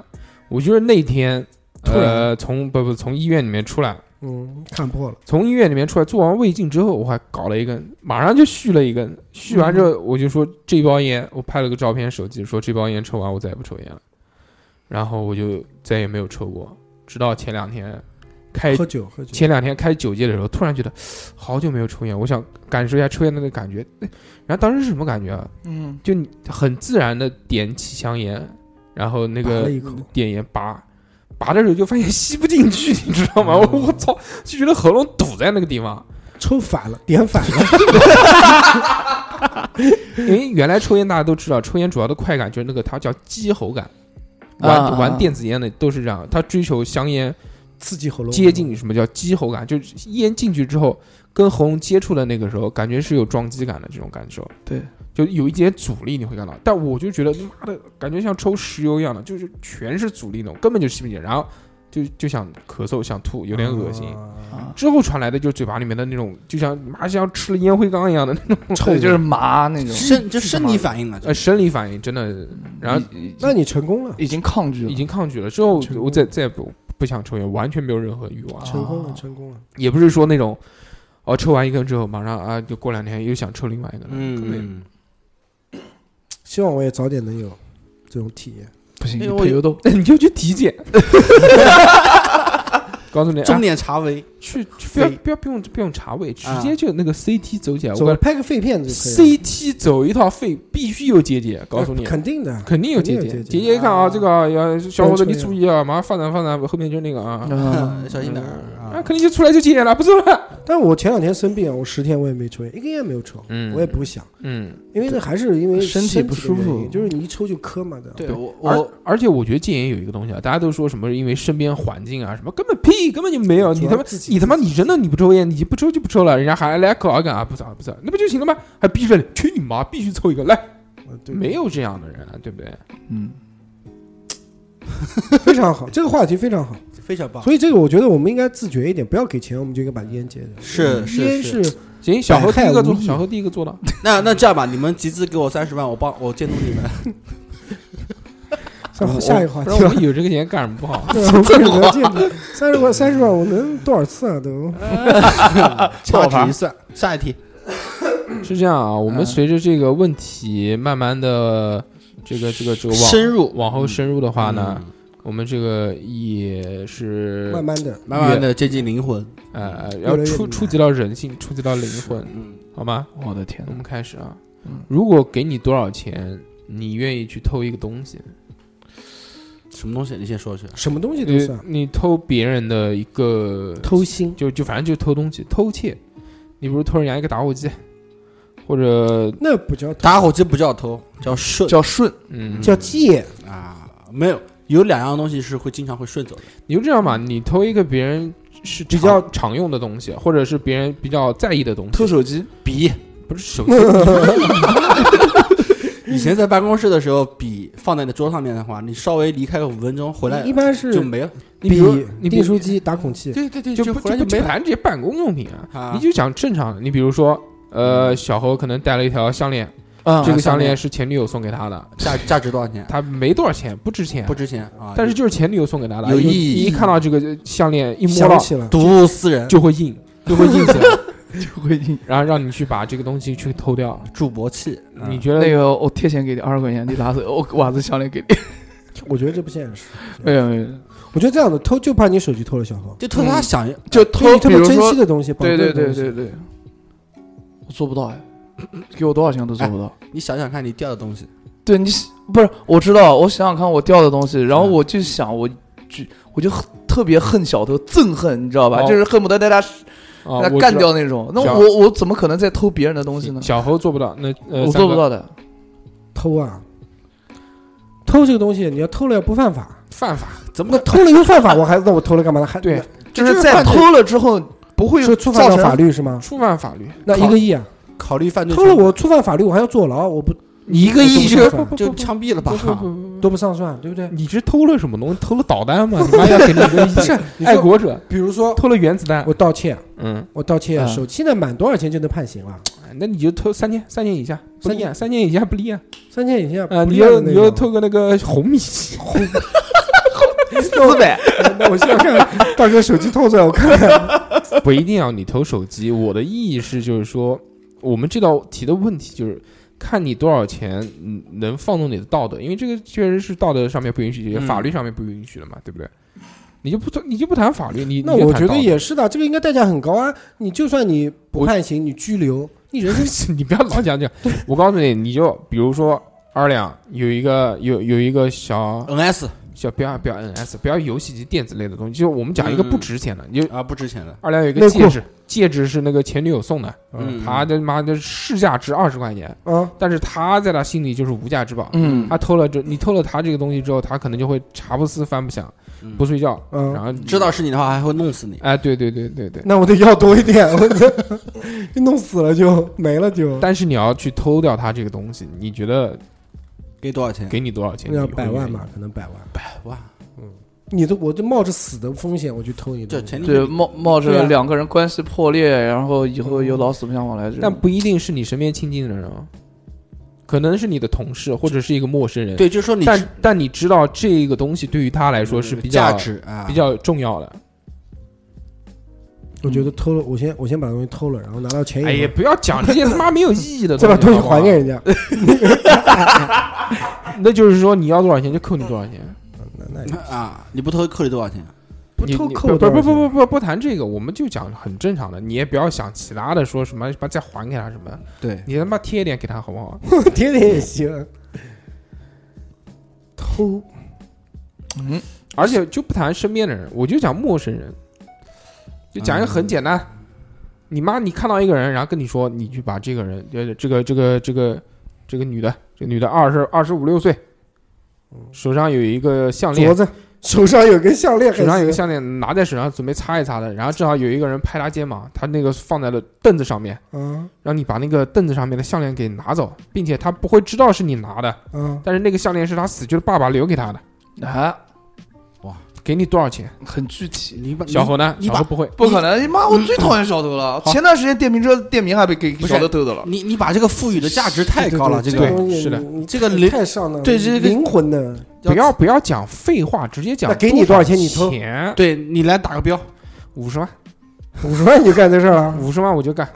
S1: 我就是那天，
S2: 突然
S1: 呃，从不不从医院里面出来，
S2: 嗯，看破了，
S1: 从医院里面出来做完胃镜之后，我还搞了一根，马上就续了一根。续完之后，
S2: 嗯
S1: 我就说这包烟，我拍了个照片手机，说这包烟抽完我再也不抽烟了。然后我就再也没有抽过，直到前两天开
S2: 喝酒喝酒，
S1: 哎前两天开九戒的时候，突然觉得 好久没有抽烟，我想感受一下抽烟的那个感觉。然后当时是什么感觉啊？
S4: 嗯，
S1: 就你很自然的点起香烟，然后那
S2: 拔
S1: 个
S2: 了一口
S1: 点烟拔，拔的时候就发现吸不进去，你知道吗？我
S4: 嗯
S1: 我操，就觉得喉咙堵在那个地方。
S2: 抽反了，点反了，
S1: 因为原来抽烟大家都知道，抽烟主要的快感就是那个它叫激喉感，
S4: 啊
S1: 玩、
S4: 啊
S1: 玩电子烟的都是这样，他追求香烟
S2: 刺激喉咙，
S1: 接近什么叫激喉感，就是烟进去之后跟喉咙接触的那个时候，感觉是有撞击感的这种感受。
S4: 对，
S1: 就有一点阻力你会看到，但我就觉得妈的感觉像抽石油一样的，就是全是阻力那种，根本就吸不进，然后就就想咳嗽、想吐，有点恶心。
S2: 啊
S4: 啊，
S1: 之后传来的就是嘴巴里面的那种，就像妈像吃了烟灰缸一样的 那种
S4: 臭就是麻那种。
S3: 身就身体反应了，
S1: 呃生理反应，真的。
S2: 嗯
S1: 然后
S4: 已
S2: 那你成功了，
S4: 已经抗拒了，
S1: 已经抗拒了，之后
S2: 成功
S1: 我再再也不不想抽烟，完全没有任何欲望，啊
S2: 成功了，成功了，
S1: 也不是说那种哦抽完一根之后马上啊就过两天又想抽另外一个了，没有
S3: 嗯，
S2: 希望我也早点能有这种体验。
S4: 不行，
S3: 哎
S4: 你
S3: 呦
S4: 配油豆。
S2: 嗯
S1: 你就去体检。告诉你，
S3: 重
S1: 啊、
S3: 点查围，
S1: 去去不要
S3: 肺
S1: 不要不用不用查胃，直
S3: 啊
S1: 接就那个 CT 走起来。
S2: 走
S1: 我
S2: 了
S1: 告
S2: 拍个肺片就可以了。
S1: CT 走一套肺必须有结节，告诉你。
S2: 肯定的，
S1: 肯定有结
S2: 肯定
S1: 节，
S2: 有结
S1: 结
S2: 节
S1: 节一看啊，
S3: 啊
S1: 这个啊，要小伙子
S2: 不
S1: 你
S2: 能抽
S1: 注意啊，马上发展发展，后面就是那个啊，
S4: 嗯
S3: 小心点
S1: 啊，
S3: 啊！
S1: 肯定就出来就戒烟了，不抽了。
S2: 但我前两天生病，我十天我也没抽烟，一根烟没有抽，
S1: 嗯
S2: 我也不想，
S1: 嗯，
S2: 因为那还是因为
S4: 身体
S2: 体的
S4: 不舒服
S2: 原因就是你一抽就磕嘛的。
S3: 对我
S1: 而
S3: 我
S1: 而且我觉得戒烟有一个东西啊，大家都说什么因为身边环境啊什么，根本屁根本就没有，
S2: 主
S1: 你
S2: 要
S1: 他妈
S2: 自己
S1: 你他妈你真的你不抽烟，你不抽就不抽了，人家还来搞一个啊，不抽啊不抽，那不就行了吗？还逼着你，去你妈，必须抽一个来，
S2: 呃对
S1: 没有这样的人啊，对不对？
S4: 嗯，
S2: 非常好，这个话题非常好。
S3: 非常棒，
S2: 所以这个我觉得我们应该自觉一点，不要给钱我们就应该把烟戒掉。
S3: 是
S2: 烟
S3: 是是。
S2: 是
S1: 行，小何第一个
S2: 百害
S1: 做，
S2: 哎无益
S1: 小何第一个做到，
S3: 那那这样吧，你们集资给我三十万，我帮我监督你们。
S2: 算了下一个话
S1: 不
S2: 题
S1: 然我
S2: 吧。
S1: 们有这个钱干什么不好？啊
S2: 对我个人的见解，三十万三十万我能多少次啊都？
S3: 掐指一算，下一题
S1: 是这样啊，我
S2: 嗯
S1: 们随着这个问题慢慢的这个这个这个往
S3: 深入
S1: 往后深入的话呢，
S3: 嗯
S1: 我们这个也是
S2: 慢慢的，
S3: 慢慢的接近灵魂。
S1: 呃，
S2: 越
S1: 要
S2: 来越
S1: 触
S2: 明白
S1: 触及到人性，触及到灵魂，
S3: 嗯，
S1: 好吗？
S4: 我的天
S1: 我们开始啊
S4: 嗯，
S1: 如果给你多少钱，你愿意去偷一个东西？
S3: 什么东西？你先说一下。
S2: 什么东西都
S1: 你
S2: 算
S1: 你偷别人的一个
S2: 偷心。
S1: 就就反正就偷东西，偷窃。你比如偷人家一个打火机，或者
S2: 那不叫偷
S3: 打火机不叫偷，叫顺
S4: 叫顺，
S1: 嗯，
S2: 叫戒，
S3: 啊，没有。有两样东西是会经常会顺走的，
S1: 你就这样吧，你偷一个别人是比
S2: 较
S1: 常用的东西，或者是别人比较在意的东西，
S4: 偷手机，
S3: 笔。
S1: 不是手机，
S3: 以前在办公室的时候，笔、放在你的桌上面的话，你稍微离开个五分钟回来
S2: 一般是
S3: 就没了。
S1: 你比如你比
S2: 比订书机打孔器，
S3: 对对对
S1: 就
S3: 就
S1: 不
S3: 回来
S1: 就
S3: 就没
S1: 不
S3: 了。
S1: 谈这些办公用品啊，
S3: 啊
S1: 你就讲正常的，你比如说，呃，小侯可能戴了一条项链，
S4: 嗯
S1: 这个
S3: 项
S1: 项链
S3: 链
S1: 是前女友送给他的，
S3: 价价值多少钱？
S1: 他没多少钱，不值钱
S3: 不，值钱啊。
S1: 哎但是就是前女友送给他的，
S3: 有
S1: 你
S3: 意义
S1: 你一看到这个项链，一摸
S2: 想
S1: 到
S2: 起了，
S3: 睹物思人，
S1: 就会硬，就会硬起来，
S4: 会印
S1: 然后让你去把这个东西去偷掉。
S3: 助勃器。啊
S1: 你觉得
S4: 那个我贴钱给你二十块钱，你拿走，我袜子项链给你。
S2: 我觉得这不现实。
S4: 没有没有，
S2: 我觉得这样的偷就怕你手机偷了小号，
S3: 就特他想
S4: 就
S2: 对
S4: 偷，
S2: 你特
S4: 比
S2: 别
S4: 如
S2: 珍惜
S4: 说，
S2: 的东西，宝
S4: 对
S2: 贵的
S4: 对对
S2: 东西
S4: 对对，我做不到哎，给我多少钱都做不到。
S3: 你想想看，你掉的东西，
S4: 对你不是哎我知道，我想想看我掉的东西，然后我就想我就我就很特别恨小偷，憎恨你知道吧？
S1: 哦
S4: 就是恨不得带他
S1: 啊，
S4: 带
S1: 我
S4: 他
S1: 知
S4: 干
S1: 道
S4: 掉那种。那
S1: 小
S4: 我我怎么可能再偷别人的东西呢？
S1: 小侯做不到，那呃，
S4: 我
S1: 三
S4: 做不
S1: 哥
S4: 到的。
S2: 偷啊，偷这个东西，你要偷了又不犯法，
S1: 犯法，
S3: 怎么
S2: 那啊偷了又犯法，我还那我偷了干嘛呢？还
S1: 对
S4: 就
S3: 这
S4: 是
S3: 是
S4: 在
S3: 犯罪
S4: 偷了之后不会
S2: 是触犯
S4: 造
S2: 到
S4: 成
S2: 法律是吗？
S1: 触犯法律。
S2: 那一个亿啊，
S3: 考虑犯罪？
S2: 偷了我触犯法律，我还要坐牢，我不
S3: 你一个亿
S2: 都不
S3: 就就
S2: 算
S3: 枪毙了吧
S1: 不？不不不不，
S2: 都不上算，对不对？
S1: 你是偷了什么东西？偷了导弹吗？你妈要给你一个
S2: 不是，你
S1: 爱
S2: 说
S1: 国者
S2: 比如说
S1: 偷了原子弹，
S2: 我盗窃，
S1: 嗯，
S2: 我盗窃，
S4: 嗯
S2: 手现在满多少钱就能判刑了？
S1: 那你就偷三千，三千以下不立案，三千以下不立案
S2: 三千以下
S1: 啊！
S2: 不
S1: 你
S2: 一样
S1: 就
S2: 的
S1: 你
S2: 那
S1: 就
S2: 种
S1: 偷个那个红米，
S4: 四百，
S2: 那我现在 看看大哥手机偷出来，我看看。
S1: 不一定要你偷手机。我的意义是，就是说，我们这道题的问题就是看你多少钱嗯能放纵你的道德，因为这个确实是道德上面不允许，也
S3: 嗯
S1: 法律上面不允许的嘛，对不对？你就不你就不谈法律，你
S2: 那
S1: 你就
S2: 我
S1: 谈
S2: 觉
S1: 道
S2: 得
S1: 德
S2: 也是的，这个应该代价很高啊！你就算你不判刑，你拘留，你人 生
S1: 你不要老讲讲，我告诉你，你就比如说二两有一个有有一个小
S3: NS
S1: 小不要不要 NS，不要游戏机电子类的东西，就是我们讲一个不值钱的，你就
S3: 啊，不值钱的。
S1: 二两有一个
S2: 内裤
S1: 戒指，戒指是那个前女友送的，
S3: 嗯
S1: 他的妈的市价值二十块钱，
S2: 啊，
S1: 但是他在他心里就是无价之宝。
S4: 嗯，
S1: 他偷了这，你偷了他这个东西之后，他可能就会茶不思饭不想，
S3: 嗯
S1: 不睡觉，
S2: 嗯
S1: 然后
S3: 知道是你的话，还会弄死你。
S1: 哎，对对对对对。
S2: 那我得要多一点，我这弄死了就没了就。
S1: 但是你要去偷掉他这个东西，你觉得
S3: 给多少钱？哎
S1: 给你多少钱？
S2: 要
S1: 你会
S2: 百
S1: 愿
S2: 万
S1: 意
S2: 吧，可能百万。
S3: 哇，
S2: 你都我就冒着死的风险，我去偷你
S3: 这
S2: 的。
S3: 前提
S4: 对，冒冒
S2: 对
S4: 着
S2: 啊
S4: 两个人关系破裂，然后以后有老死不相往来这
S1: 但
S4: 种。
S1: 不一定是你身边亲近的人哦，可能是你的同事或者是一个陌生人。，
S3: 对，就是说你
S1: 但但你知道这个东西对于他来说是比较
S3: 价值啊，
S1: 比较重要的。
S2: 我觉得偷了，我先我先把东西偷了，然后拿到钱
S1: 哎
S2: 以
S1: 呀，
S2: 后，
S1: 不要讲这些他妈没有意义的
S2: 再把东西
S1: 好不好
S2: 还给人家。
S1: 那就是说你要多少钱就扣你多少钱。
S2: 那那
S3: 啊，你不偷扣你多少钱？
S2: 不
S1: 你
S2: 偷
S1: 你
S2: 扣
S1: 不不不
S2: 多少
S1: 不
S2: 钱
S1: 不不谈这个，我们就讲很正常的，你也不要想其他的，说什么把再还给他什么，
S3: 对，
S1: 你他妈贴一点给他好不好？
S2: 天天也行。偷
S1: 而且就不谈身边的人，我就讲陌生人，就讲一个很简单。你妈，你看到一个人，然后跟你说，你去把这个人，呃，这个这个这个这个女的，这个女的二十二十五六岁，手上有一个项
S2: 镯
S1: 链，
S2: 子，手上有根项链，
S1: 手上有个项链，拿在手上准备擦一擦的，然后正好有一个人拍她肩膀，她那个放在了凳子上面，
S2: 啊
S1: 让你把那个凳子上面的项链给拿走，并且他不会知道是你拿的，
S2: 啊！
S1: 但是那个项链是他死去的爸爸留给他的，
S4: 啊，
S1: 给你多少钱？
S4: 很具体，
S3: 你把
S1: 小侯呢？
S3: 你
S1: 小
S3: 把
S1: 侯不会，
S4: 不可能！妈，我最讨厌小偷了。前段时间电瓶车店名还被给给
S3: 不是
S4: 小偷偷走了。
S3: 你你把这个赋予的价值太高了，
S2: 对
S3: 这
S2: 对
S3: 个
S2: 对东西
S1: 是的
S2: 你
S3: 这个灵
S2: 太上了，
S3: 对这个
S2: 灵魂的。
S1: 不要不要讲废话，直接讲
S2: 那给你
S1: 多
S2: 多少钱你偷
S1: 钱
S3: 对你来打个标，
S1: 五十万，
S2: 五十万你就干这事儿了，
S1: 五十万我就干。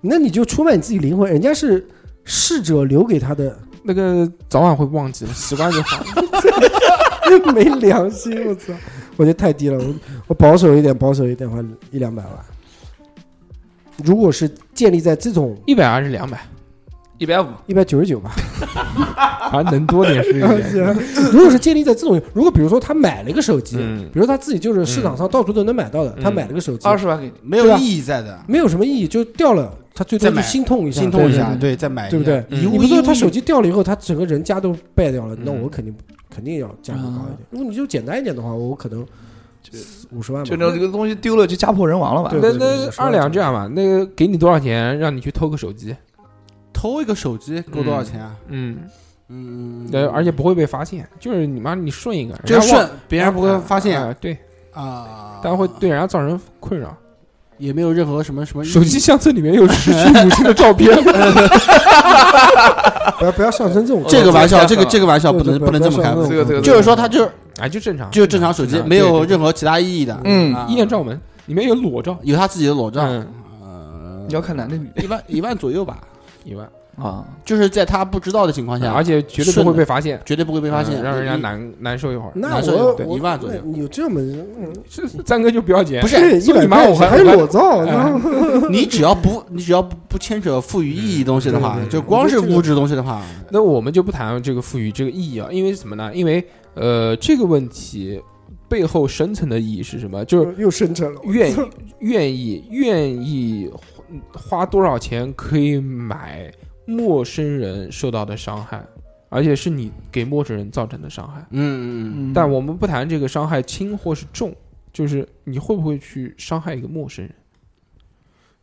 S2: 那你就出卖你自己灵魂，人家是逝者留给他的，
S1: 那个早晚会忘记的， 习惯就好。
S2: 没良心，我操！我觉得太低了，我我保守一点，保守一点，的话一两百万。如果是建立在这种
S1: 一百还是两百
S4: 一百五，
S2: 一百九十九吧，
S1: 啊？能多点 是一点。
S2: 如果是建立在这种，如果比如说他买了一个手机，
S1: 嗯
S2: 比如他自己就是市场上到处都能买到的，
S1: 嗯
S2: 他买了个手机，
S4: 二十万给你。
S3: 没
S2: 对
S3: 有
S2: 吧
S3: 意义在的，
S2: 没有什么意义，就掉了，他最多
S3: 再买
S2: 就心痛一下，
S3: 心痛一下，
S2: 对
S3: 对，再买一
S2: 对不
S3: 下
S2: 对？
S1: 嗯
S3: 一
S2: 你
S3: 物
S2: 不
S3: 一
S2: 说
S3: 物
S2: 他手机掉了以后，他整个人家都败掉了，那
S1: 嗯
S2: 我肯定肯定要价格高一点。如果你就简单一点的话，我可能五十万吧。
S4: 就那这个东西丢了就家破人亡了吧？
S2: 对
S1: 那
S2: 对对
S1: 那
S2: 对说
S1: 二
S2: 到
S1: 两
S2: 这
S1: 这样吧，那个给你多少钱让你去偷个手机？
S3: 偷一个手机够多少钱啊？
S1: 嗯，
S3: 嗯，
S1: 呃，而且不会被发现，就是你妈你顺一个，
S3: 就
S1: 人家忘
S3: 顺，别人不会发现
S1: 啊，对，
S3: 啊，
S1: 但会对人家造成困扰。
S3: 也没有任何什么什么
S1: 手机相册里面有失去母亲的 照片，
S2: 不要不要上升 这种
S3: 哦这个玩笑，这个这
S2: 个
S3: 个玩笑不能不能这么开，
S4: 这个这个
S3: 就是说他就是
S1: 啊，就正常，
S3: 就是正常手机，
S1: 正
S3: 没有
S1: 对对
S3: 任何其他意义的，
S4: 嗯
S3: 啊
S1: 对一键照门，里面有裸照，
S3: 有他自己的裸照，
S1: 嗯，
S3: 呃
S4: 你要看男的女的
S3: 一万一万左右吧，
S1: 一万，
S4: 啊，
S3: 就是在他不知道的情况下
S1: 嗯而，且绝对不会被发现，
S3: 绝对不会被发现，
S1: 嗯让人家
S3: 你
S1: 难难受一会儿。
S2: 那
S3: 男生
S2: 我
S3: 对
S2: 我
S3: 一万左右
S2: 那有这么嗯
S1: 这三哥就不要钱，
S3: 不
S2: 这
S3: 是
S2: 一
S1: 你
S2: 百
S1: 妈
S2: 块
S1: 我还
S2: 还
S1: 我还
S2: 裸照，
S1: 哎
S2: 然后
S3: 你只要不你只要不不牵扯赋予意义东西的话
S2: 对对，对
S3: 就光是物质东西的话，
S1: 那我们就不谈这个赋予这个意义啊，因为什么呢？因为呃，这个问题背后深层的意义是什么？就是
S2: 又又生成了，
S1: 愿意愿意愿意花多少钱可以买陌生人受到的伤害，而且是你给陌生人造成的伤害。
S3: 嗯嗯
S4: 嗯
S1: 但我们不谈这个伤害轻或是重，就是你会不会去伤害一个陌生人。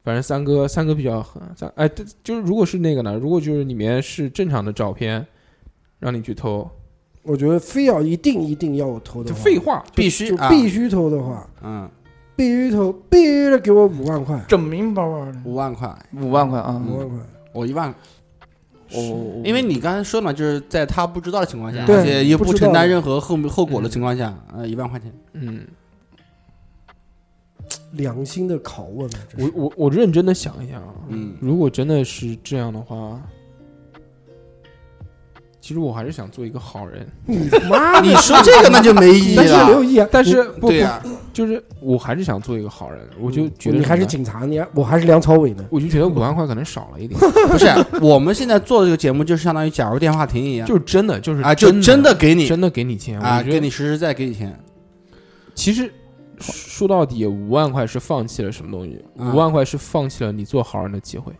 S1: 反正三哥，三哥比较狠，三哎，对就是如果是那个呢，如果就是里面是正常的照片，让你去偷，
S2: 我觉得非要一定一定要我投的
S1: 就
S2: 话，
S1: 废话，
S3: 必须
S2: 就
S3: 啊
S2: 必须投的话，
S3: 嗯
S2: 必须投，必须得给我五万块，
S4: 整明白白的，
S3: 五万块，
S4: 五万块啊，
S2: 五万块，
S3: 我一万，
S1: 嗯
S4: 哦
S3: 因为你刚才说嘛，就是在他不知道的情况下，
S2: 对
S3: 而且又
S2: 不
S3: 不
S2: 知道
S3: 承担任何后后果的情况下，呃，一万块钱，
S1: 嗯，
S2: 良心的拷问啊，这是
S1: 我我我认真的想一想啊，
S3: 嗯
S1: 如果真的是这样的话，其实我还是想做一个好人，
S2: 你妈的，
S3: 你说这个那就没意义
S2: 那这没有
S3: 了，
S2: 意义啊，嗯
S1: 但是不
S3: 对呀，
S1: 不就是我还是想做一个好人，我就觉得
S2: 你
S1: 什
S2: 还是
S1: 么呢
S2: 警察，你还我还是梁朝伟呢，
S1: 我就觉得五万块可能少了一点，
S3: 不是，我们现在做的这个节目就是相当于假如电话亭一样，
S1: 就是真的就是
S3: 啊，就真
S1: 真
S3: 的给你
S1: 真的给你钱
S3: 啊，给
S1: 你
S3: 你实实在在给你钱，
S1: 其实。说到底，五万块是放弃了什么东西？
S3: 啊
S1: 五万块是放弃了你做好人的机会，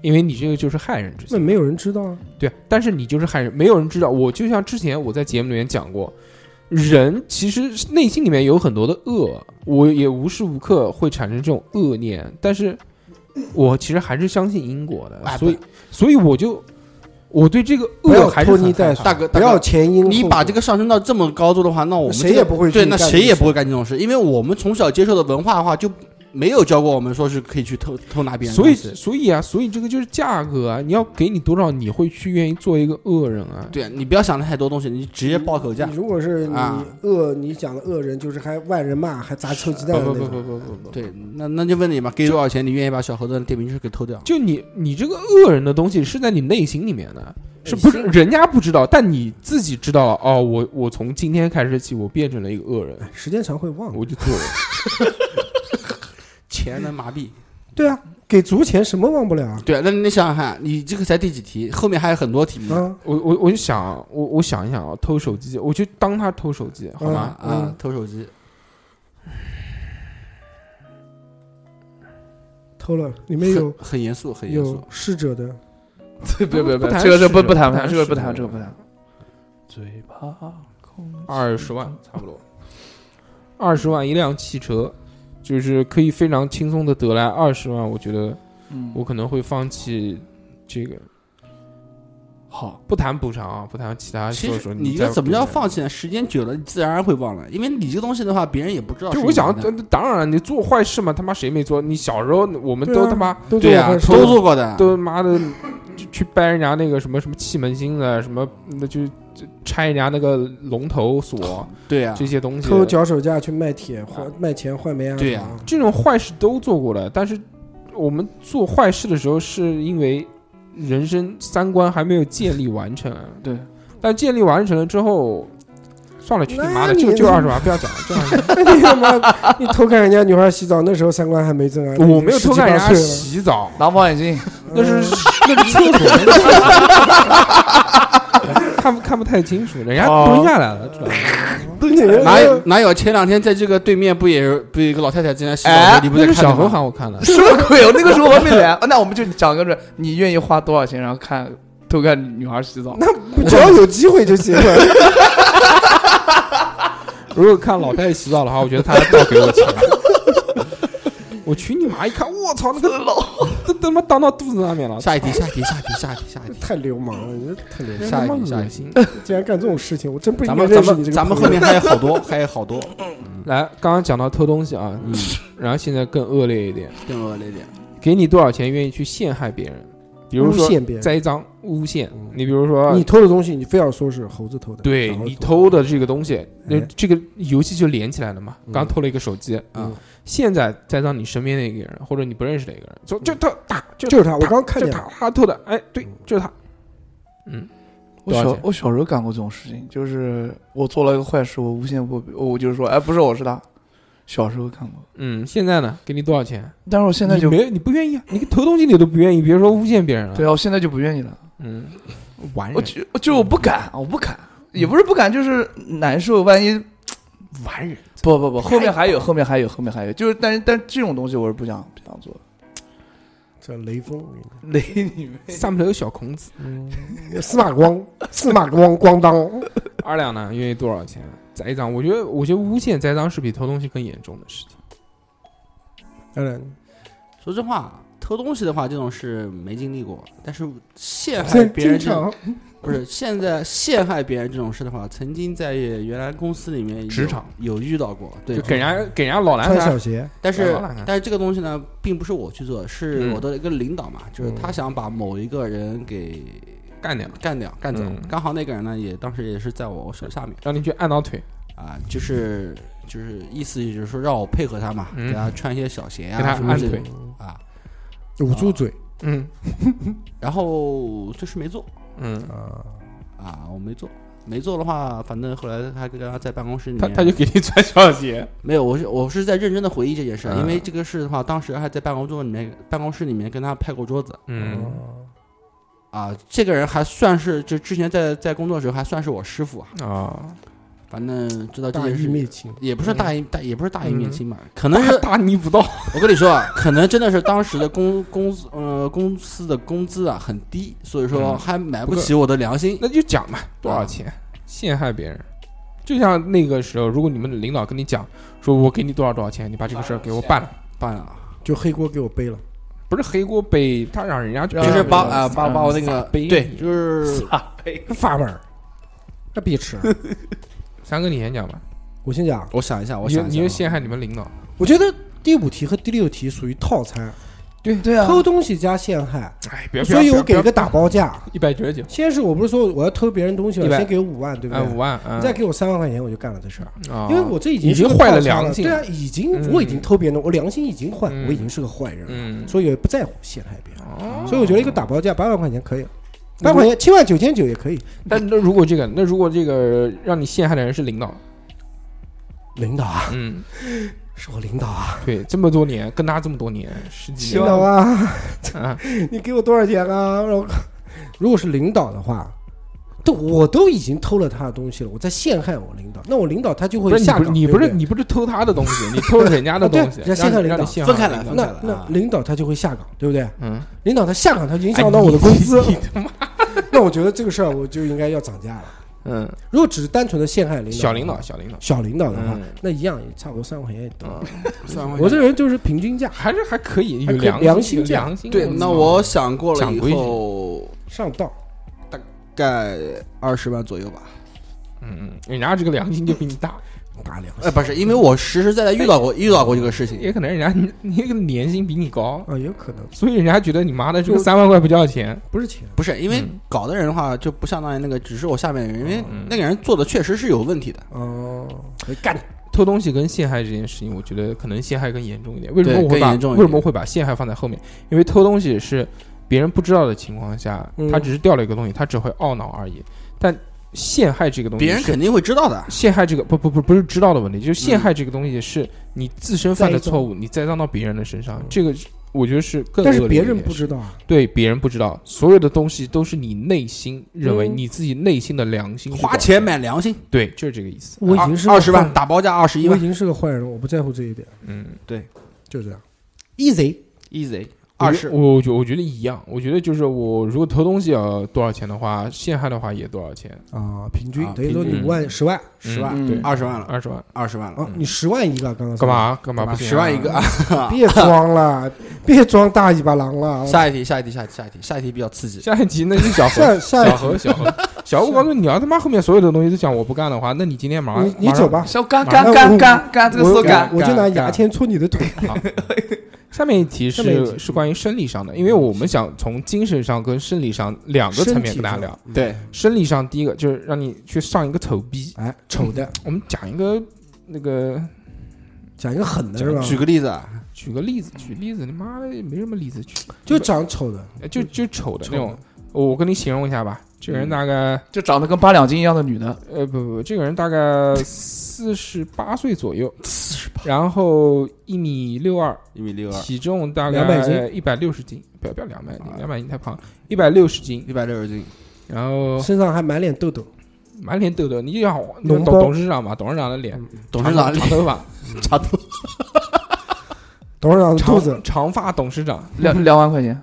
S1: 因为你这个就是害人之心
S2: 那。没有人知道啊，
S1: 对，但是你就是害人，没有人知道。我就像之前我在节目里面讲过，人其实是内心里面有很多的恶，我也无时无刻会产生这种恶念，但是我其实还是相信因果的，
S3: 哎
S1: 所以，所以我就我对这个
S2: 不要
S1: 恶还是
S2: 拖泥
S1: 很害怕
S2: 带水，
S3: 大哥，
S2: 不
S3: 大
S2: 要
S3: 哥。
S2: 前因后果，
S3: 你把这个上升到这么高度的话，那我们
S2: 谁
S3: 这个
S2: 也不会去
S3: 对，那
S2: 干
S3: 谁
S2: 这
S3: 也
S2: 个
S3: 不会干这种事，因为我们从小接受的文化的话，就没有教过我们说是可以去偷偷拿别人的
S1: 所
S3: 东
S1: 以
S3: 西。
S1: 所以啊，所以这个就是价格啊，你要给你多少，你会去愿意做一个恶人啊？
S3: 对你不要想太多东西，你直接报口价
S2: 你。如果是你
S3: 啊
S2: 恶，你讲的恶人就是还万人骂，还砸臭鸡蛋
S1: 不
S2: 的
S1: 不
S2: 那
S1: 不
S2: 种。
S1: 不不不不，
S3: 对，那那就问你嘛，给多少钱？你愿意把小猴子的电瓶车给偷掉？
S1: 就你你这个恶人的东西是在你内心里面的，是不是人家不知道，但你自己知道了哦。我我从今天开始起，我变成了一个恶人，
S2: 时间长会
S3: 嗯
S2: 忘。
S1: 我就做 了。
S3: 钱能麻痹。
S2: 对啊，给足钱什么忘不了啊？
S3: 对，那你想想看，你这个才第几题？后面还有很多题目
S2: 啊，
S1: 我我我就想，我我想一想啊，偷手机，我就当他偷手机好吗？
S3: 啊啊！偷手机，
S2: 偷了，里面 有
S3: 很很严肃，很严肃
S2: 有。逝者的，
S4: 对， 别别
S1: 不
S4: 别，
S1: 谈
S4: 这个这
S1: 实
S4: 不不
S1: 不谈
S4: 谈不谈，这个
S1: 实
S4: 不谈
S1: 的
S4: 这个不谈。嘴巴空
S1: 二十万差不多，二十万一辆汽车，就是可以非常轻松的得来二十万，我觉得
S4: 嗯
S1: 我可能会放弃这个。
S4: 好，
S1: 不谈补偿啊，不谈其他。
S3: 其
S1: 说
S3: 实
S1: 说
S3: 你
S1: 再
S3: 这怎么叫
S1: 补偿
S3: 放弃呢？时间久了，你自然而然会忘了，因为你这个东西的话，别人也不知道是
S1: 就
S3: 你
S1: 我
S3: 玩的。
S1: 想，当然了，你做坏事嘛，他妈谁没做？你小时候我们
S2: 对
S1: 都
S2: 啊
S1: 他妈
S2: 都
S3: 对啊呀、
S2: 呀，
S3: 都做过的，
S1: 都妈的就去掰人家那个什么什么气门芯啊的，什么那就就拆人家那个龙头锁
S3: 对呀、
S1: 这些东西，
S2: 偷脚手架去卖铁换卖钱换煤啊。
S3: 对
S2: 呀
S3: 呀，
S1: 这种坏事都做过了。但是我们做坏事的时候，是因为人生三观还没有建立完成，
S4: 对，
S1: 但建立完成了之后。算了，去你妈的，
S2: 那
S1: 就
S2: 你
S1: 就二十万，不要讲了，就二十 万。
S2: 你他妈你偷看人家女孩洗澡，那时候三观还没正啊。
S1: 我没有
S2: 十
S1: 偷
S2: 几
S1: 看
S2: 八
S1: 人家
S2: 岁了
S1: 洗澡，
S4: 拿望远镜，
S1: 那是
S2: 嗯
S1: 那是厕所，那是看不看不太清楚，人家蹲下来了，知道吗？
S2: 蹲着人
S3: 哪有哪有？前两天在这个对面不也是不有一个老太太正在洗澡的时候，
S4: 哎
S3: 你不
S1: 那
S3: 在
S1: 是
S3: 看
S1: 小
S3: 着
S1: 何
S3: 吗？
S1: 喊我看的，
S4: 什么鬼？我那个时候还没 来，那我们就讲个准，你愿意花多少钱，然后看偷看女孩洗澡？
S2: 那只要有机会就行了。
S1: 如果看老太太洗澡的 话，我觉得她要给我钱。我去你妈！一看，我操，那个老都他妈当到肚子上面了，
S3: 下一题，下一题，下一题，下一题， 下一题，
S2: 太流氓了，你这太流氓了，
S3: 下一
S1: 他妈
S3: 题，下一
S1: 恶
S3: 题。
S1: 心。
S2: 竟然干这种事情，我真不应
S3: 咱
S2: 该
S3: 们
S2: 认
S3: 咱
S2: 识你这
S3: 们
S2: 个
S3: 咱们
S2: 朋
S3: 后
S2: 友
S3: 面还有好多，还有好多
S1: 嗯来，刚刚讲到偷东西啊， 嗯，然后现在更恶劣一点，
S3: 更恶劣点。
S1: 给你多少钱愿意去陷害别人，比如
S2: 诬
S1: 说
S2: 陷别人嗯
S1: 栽赃诬陷。你比如说
S2: 你，偷的东西，你非要说是猴子偷的，
S1: 对
S2: 然后
S1: 你偷的这个东西，那
S2: 哎
S1: 这个游戏就连起来了嘛。
S2: 嗯
S1: 刚偷了一个手机啊
S2: 嗯，
S1: 现在栽赃你身边的一个人，或者你不认识的一个人，说就他，他就
S2: 嗯就是他，我刚看
S1: 就
S2: 见
S1: 他
S2: 了，
S1: 他偷的，哎，对，就是他。嗯，
S4: 我
S1: 多少
S4: 小
S1: 钱
S4: 我小时候干过这种事情，就是我做了一个坏事，我诬陷我，我就是说，哎，不是我是他。小时候干过，
S1: 嗯，现在呢？给你多少钱？
S4: 但是我现在就
S1: 你没有，你不愿意啊！你偷东西你都不愿意，别说诬陷别人了。
S4: 对啊，我现在就不愿意了。
S1: 嗯，完
S4: 我
S1: 人，
S4: 就我就我不敢，我不敢，也不是不敢，就是难受。万一
S1: 完人，
S4: 不不不，后面还有，后面还有，后面还有，就是但但这种东西我是不想不想做的，
S2: 这雷锋，我跟你
S4: 雷你们。
S1: 三不头小孔子。
S2: 讲司马光，司马光咣当，
S1: 二两呢？愿意多少钱？栽赃？我觉得，我觉得诬陷栽赃是比偷东西更严重的事情。
S2: 当然，
S3: 说真话，偷东西的话，这种事没经历过，但是陷害
S2: 这
S3: 别人
S2: 经
S3: 这种
S2: 常
S3: 不是现在陷害别人这种事的话，曾经在原来公司里面有
S1: 职场
S3: 有遇到过，对，
S1: 就给人家给人家老蓝
S2: 穿
S1: 啥
S2: 小鞋，
S3: 但是
S1: 老懒啊
S3: 但是这个东西呢，并不是我去做，是
S1: 嗯
S3: 我的一个领导嘛，就是
S2: 嗯
S3: 他想把某一个人给
S1: 干掉，
S3: 干掉，干走
S1: 嗯。
S3: 刚好那个人呢，也当时也是在我手下面
S1: 让你去按到腿。
S3: 啊，就是就是意思就是说让我配合他嘛，
S1: 嗯
S3: 给他穿一些小鞋
S1: 给他
S3: 啊什么之
S1: 按
S3: 类
S1: 腿
S3: 的啊，
S2: 捂住嘴
S1: 嗯
S3: 然后就是没做
S1: 嗯，
S2: 啊，
S3: 啊，我没做。没做的话，反正后来他跟他在办公室里面，
S1: 他他就给你穿小鞋。
S3: 没有，我是我是在认真的回忆这件事，啊
S1: 嗯
S3: 因为这个事的话，当时还在办公桌里面，办公室里面跟他拍过桌子
S1: 嗯
S3: 啊。这个人还算是就之前在在工作的时候还算是我师傅啊，
S1: 啊，
S3: 反正知道这
S2: 大
S3: 件
S2: 义灭
S3: 事
S2: 亲，
S3: 也
S1: 嗯
S3: 不是大义大也不是大义灭亲吧，可能
S1: 大
S3: 是
S1: 大逆不道。
S3: 我跟你说啊，可能真的是当时的工工资呃公司的工资啊很低，所以说
S1: 嗯
S3: 还买
S1: 不
S3: 不
S1: 过
S3: 起我的良心。
S1: 那就讲嘛，多少钱啊陷害别人？就像那个时候，如果你们的领导跟你讲说，我给你多少多少钱，你把这个事儿给我办了，
S3: 办了，啊
S2: 就黑锅给我背了，
S1: 不是黑锅背，他让人家去
S3: 就是
S1: 背
S3: 把啊把把我那个
S1: 背
S3: 对，就是
S2: 发门儿，那别吃。
S1: 三哥，你先讲吧。
S2: 我先讲，
S3: 我想一下，我
S1: 你就
S3: 想一
S1: 你
S3: 下
S1: 就
S3: 啊，
S1: 陷害你们领导，
S2: 我觉得第五题和第六题属于套餐，
S4: 对对啊，
S2: 偷东西加陷害，
S1: 哎，别，
S2: 所以我给个打包价。
S1: 一百九十九，
S2: 先是我不是说我要偷别人东西
S1: 一
S2: 了，
S1: 百
S2: 先给五万，对不
S1: 哎，
S2: 对？
S1: 五万，嗯
S2: 你再给我三万块钱，我就干了这事儿。
S1: 啊
S2: 因为我这已经
S1: 已经
S2: 是个
S1: 坏了
S2: 套餐
S1: 良心
S2: 对啊，已经
S1: 嗯
S2: 我已经偷别人的，我良心已经坏了
S1: 嗯，
S2: 我已经是个坏人了，
S1: 嗯，
S2: 所以也不在乎陷害别人。
S1: 哦
S2: 所以我觉得一个打包价八万块钱可以，八万块钱七万九千九也可以。
S1: 但那如果这个，那如果这个让你陷害的人是领导，
S2: 领导啊，
S1: 嗯，
S2: 是我领导啊，
S1: 对，这么多年跟他这么多年十几
S2: 领导啊，
S1: 年啊，
S2: 你给我多少钱啊？ 然后如果是领导的话。都我都已经偷了他的东西了，我在陷害我领导，那我领导他就
S1: 不
S2: 会
S1: 是你
S2: 下
S1: 不
S2: 岗。
S1: 是你不
S2: 对
S1: 是
S2: 对
S1: 你不是偷他的东西，你偷人家的东西，
S2: 啊对人家陷害
S1: 让你
S2: 领导
S1: 让你陷害
S3: 分开来
S1: 领
S3: 分开
S1: 导
S2: 那
S3: 来
S2: 那
S3: 啊
S2: 领导他就会下岗，对不对？
S1: 嗯，
S2: 领导他下岗，他影
S1: 影
S2: 响到我的工资，
S1: 哎你他妈，
S2: 那我觉得这个事儿我就应该要涨价了。
S1: 嗯，
S2: 如果只是单纯的陷害领导，
S1: 小领导，小领导，
S2: 小领导的话，
S1: 嗯
S2: 那一样也差不多三万块钱也到。
S1: 嗯，
S3: 三万块
S2: 我
S3: 钱
S2: 这人就是平均价，
S1: 还是还可以，有
S2: 还可以
S1: 良
S2: 良心
S1: 有
S2: 价
S1: 良心，
S3: 对。那我想过了
S1: 讲
S3: 以
S1: 规矩
S3: 后，
S2: 上道。
S3: 盖二十万左右吧。
S1: 嗯嗯，人家这个良心就比你大，
S2: 大良
S3: 哎，不是，因为我实实在在遇到过遇到过这个事情，
S1: 也可能人家你那个年薪比你高，
S2: 啊，有可能
S1: 所以人家觉得你妈的这个三万块不叫钱，
S2: 不是钱，
S3: 不是因为
S1: 嗯
S3: 搞的人的话就不相当于那个只是我下面的人，因为
S1: 嗯
S3: 那个人做的确实是有问题的。
S2: 哦，
S1: 哎
S2: 干
S1: 偷东西跟陷害这件事情，我觉得可能陷害更严重一点。为什么
S3: 对
S1: 我
S3: 更
S1: 会把
S3: 严重一
S1: 为什么
S3: 点
S1: 会把陷害放在后面？因为偷东西是别人不知道的情况下，
S2: 嗯
S1: 他只是掉了一个东西，他只会懊恼而已。但陷害这个东西
S3: 别人
S1: 是
S3: 肯定嗯会知道的，
S1: 陷害这个不不不不是知道的问题，就是陷害这个东西是你自身犯的
S2: 栽赃
S1: 错误，你栽赃到别人的身
S3: 嗯
S1: 上，这个是我觉得是更
S2: 但是
S1: 恶劣
S2: 别
S1: 的一
S2: 人
S1: 件
S2: 不
S1: 事
S2: 知道啊，
S1: 对别人不知道，所有的东西都是你内心认为
S2: 嗯
S1: 你自己内心的良心去
S3: 花
S1: 管
S3: 钱
S1: 的
S3: 买良心，
S1: 对，就是这个意思。
S2: 我已经是
S3: 二十万，打包价二十一
S2: 我已
S3: 万
S2: 经是个坏人，我不在乎这一点，
S1: 嗯，
S2: 就这样。easy
S3: ，easy，二十
S1: 我我觉我觉得一样，我觉得就是我如果投东西要多少钱的话，陷害的话也多少钱，
S2: 啊，平均
S3: 啊
S2: 等于说你
S1: 平均
S2: 五万、十万、十万
S4: 嗯
S1: 对，
S3: 二十万了，
S1: 二十万，
S3: 二十万了，
S2: 啊，你十万一个，
S3: 嗯
S2: 刚刚
S1: 干？嘛干嘛不行
S3: 哦
S1: 啊？
S3: 十万一个啊！
S2: 别装了，别装大尾巴狼了。
S3: 下一题，下一题，下一题，下一题，下一题比较刺激。
S1: 下一集那是小
S2: 下
S1: 何，
S2: 下
S1: 小
S2: 一
S1: 何， 小何，小何，我告诉你，你要他妈后面所有的东西都讲我不干的话，那你今天马上
S2: 你你走。吧，
S4: 小干
S2: 马
S4: 干
S2: 上
S4: 干干干，这个
S2: 我
S4: 手
S2: 我
S4: 干。
S2: 我就拿牙
S1: 干
S2: 签戳你的腿。
S1: 马上好下面一题
S2: 下面一题
S1: 是是关于生理上的，因为我们想从精神上跟生理上两个层面跟大家聊。
S3: 对，
S1: 生理上第一个就是让你去上一个丑逼，
S2: 哎，丑的，
S1: 我们讲一个那个，
S2: 讲一个狠的是吧？
S3: 举个例子，啊，
S1: 举个例子，举例子，你妈的没什么例子举，哎
S2: 就长丑的，
S1: 就就丑的
S2: 丑
S1: 那
S2: 的
S1: 种。我我跟你形容一下吧，这个人大概
S4: 就长得跟八两金一样的女的，
S1: 呃，不不，不这个人大概四十八岁左右，然后一米六二，
S3: 一米六二，
S1: 体重大
S2: 200
S1: 概
S2: 斤
S1: 一百六十斤，不要不要两百斤
S3: 啊，
S1: 两百斤太胖，一百六十斤，
S3: 一百六十斤，
S1: 然后
S2: 身上还满脸痘痘，
S1: 满脸痘痘，你就像
S2: 脓
S1: 董
S2: 包
S1: 董董事长嘛，董事长的脸，
S3: 董事长
S1: 长长 头发，
S3: 差不多
S2: 董事长的肚子
S1: 长长发董事长，
S4: 两两万块钱，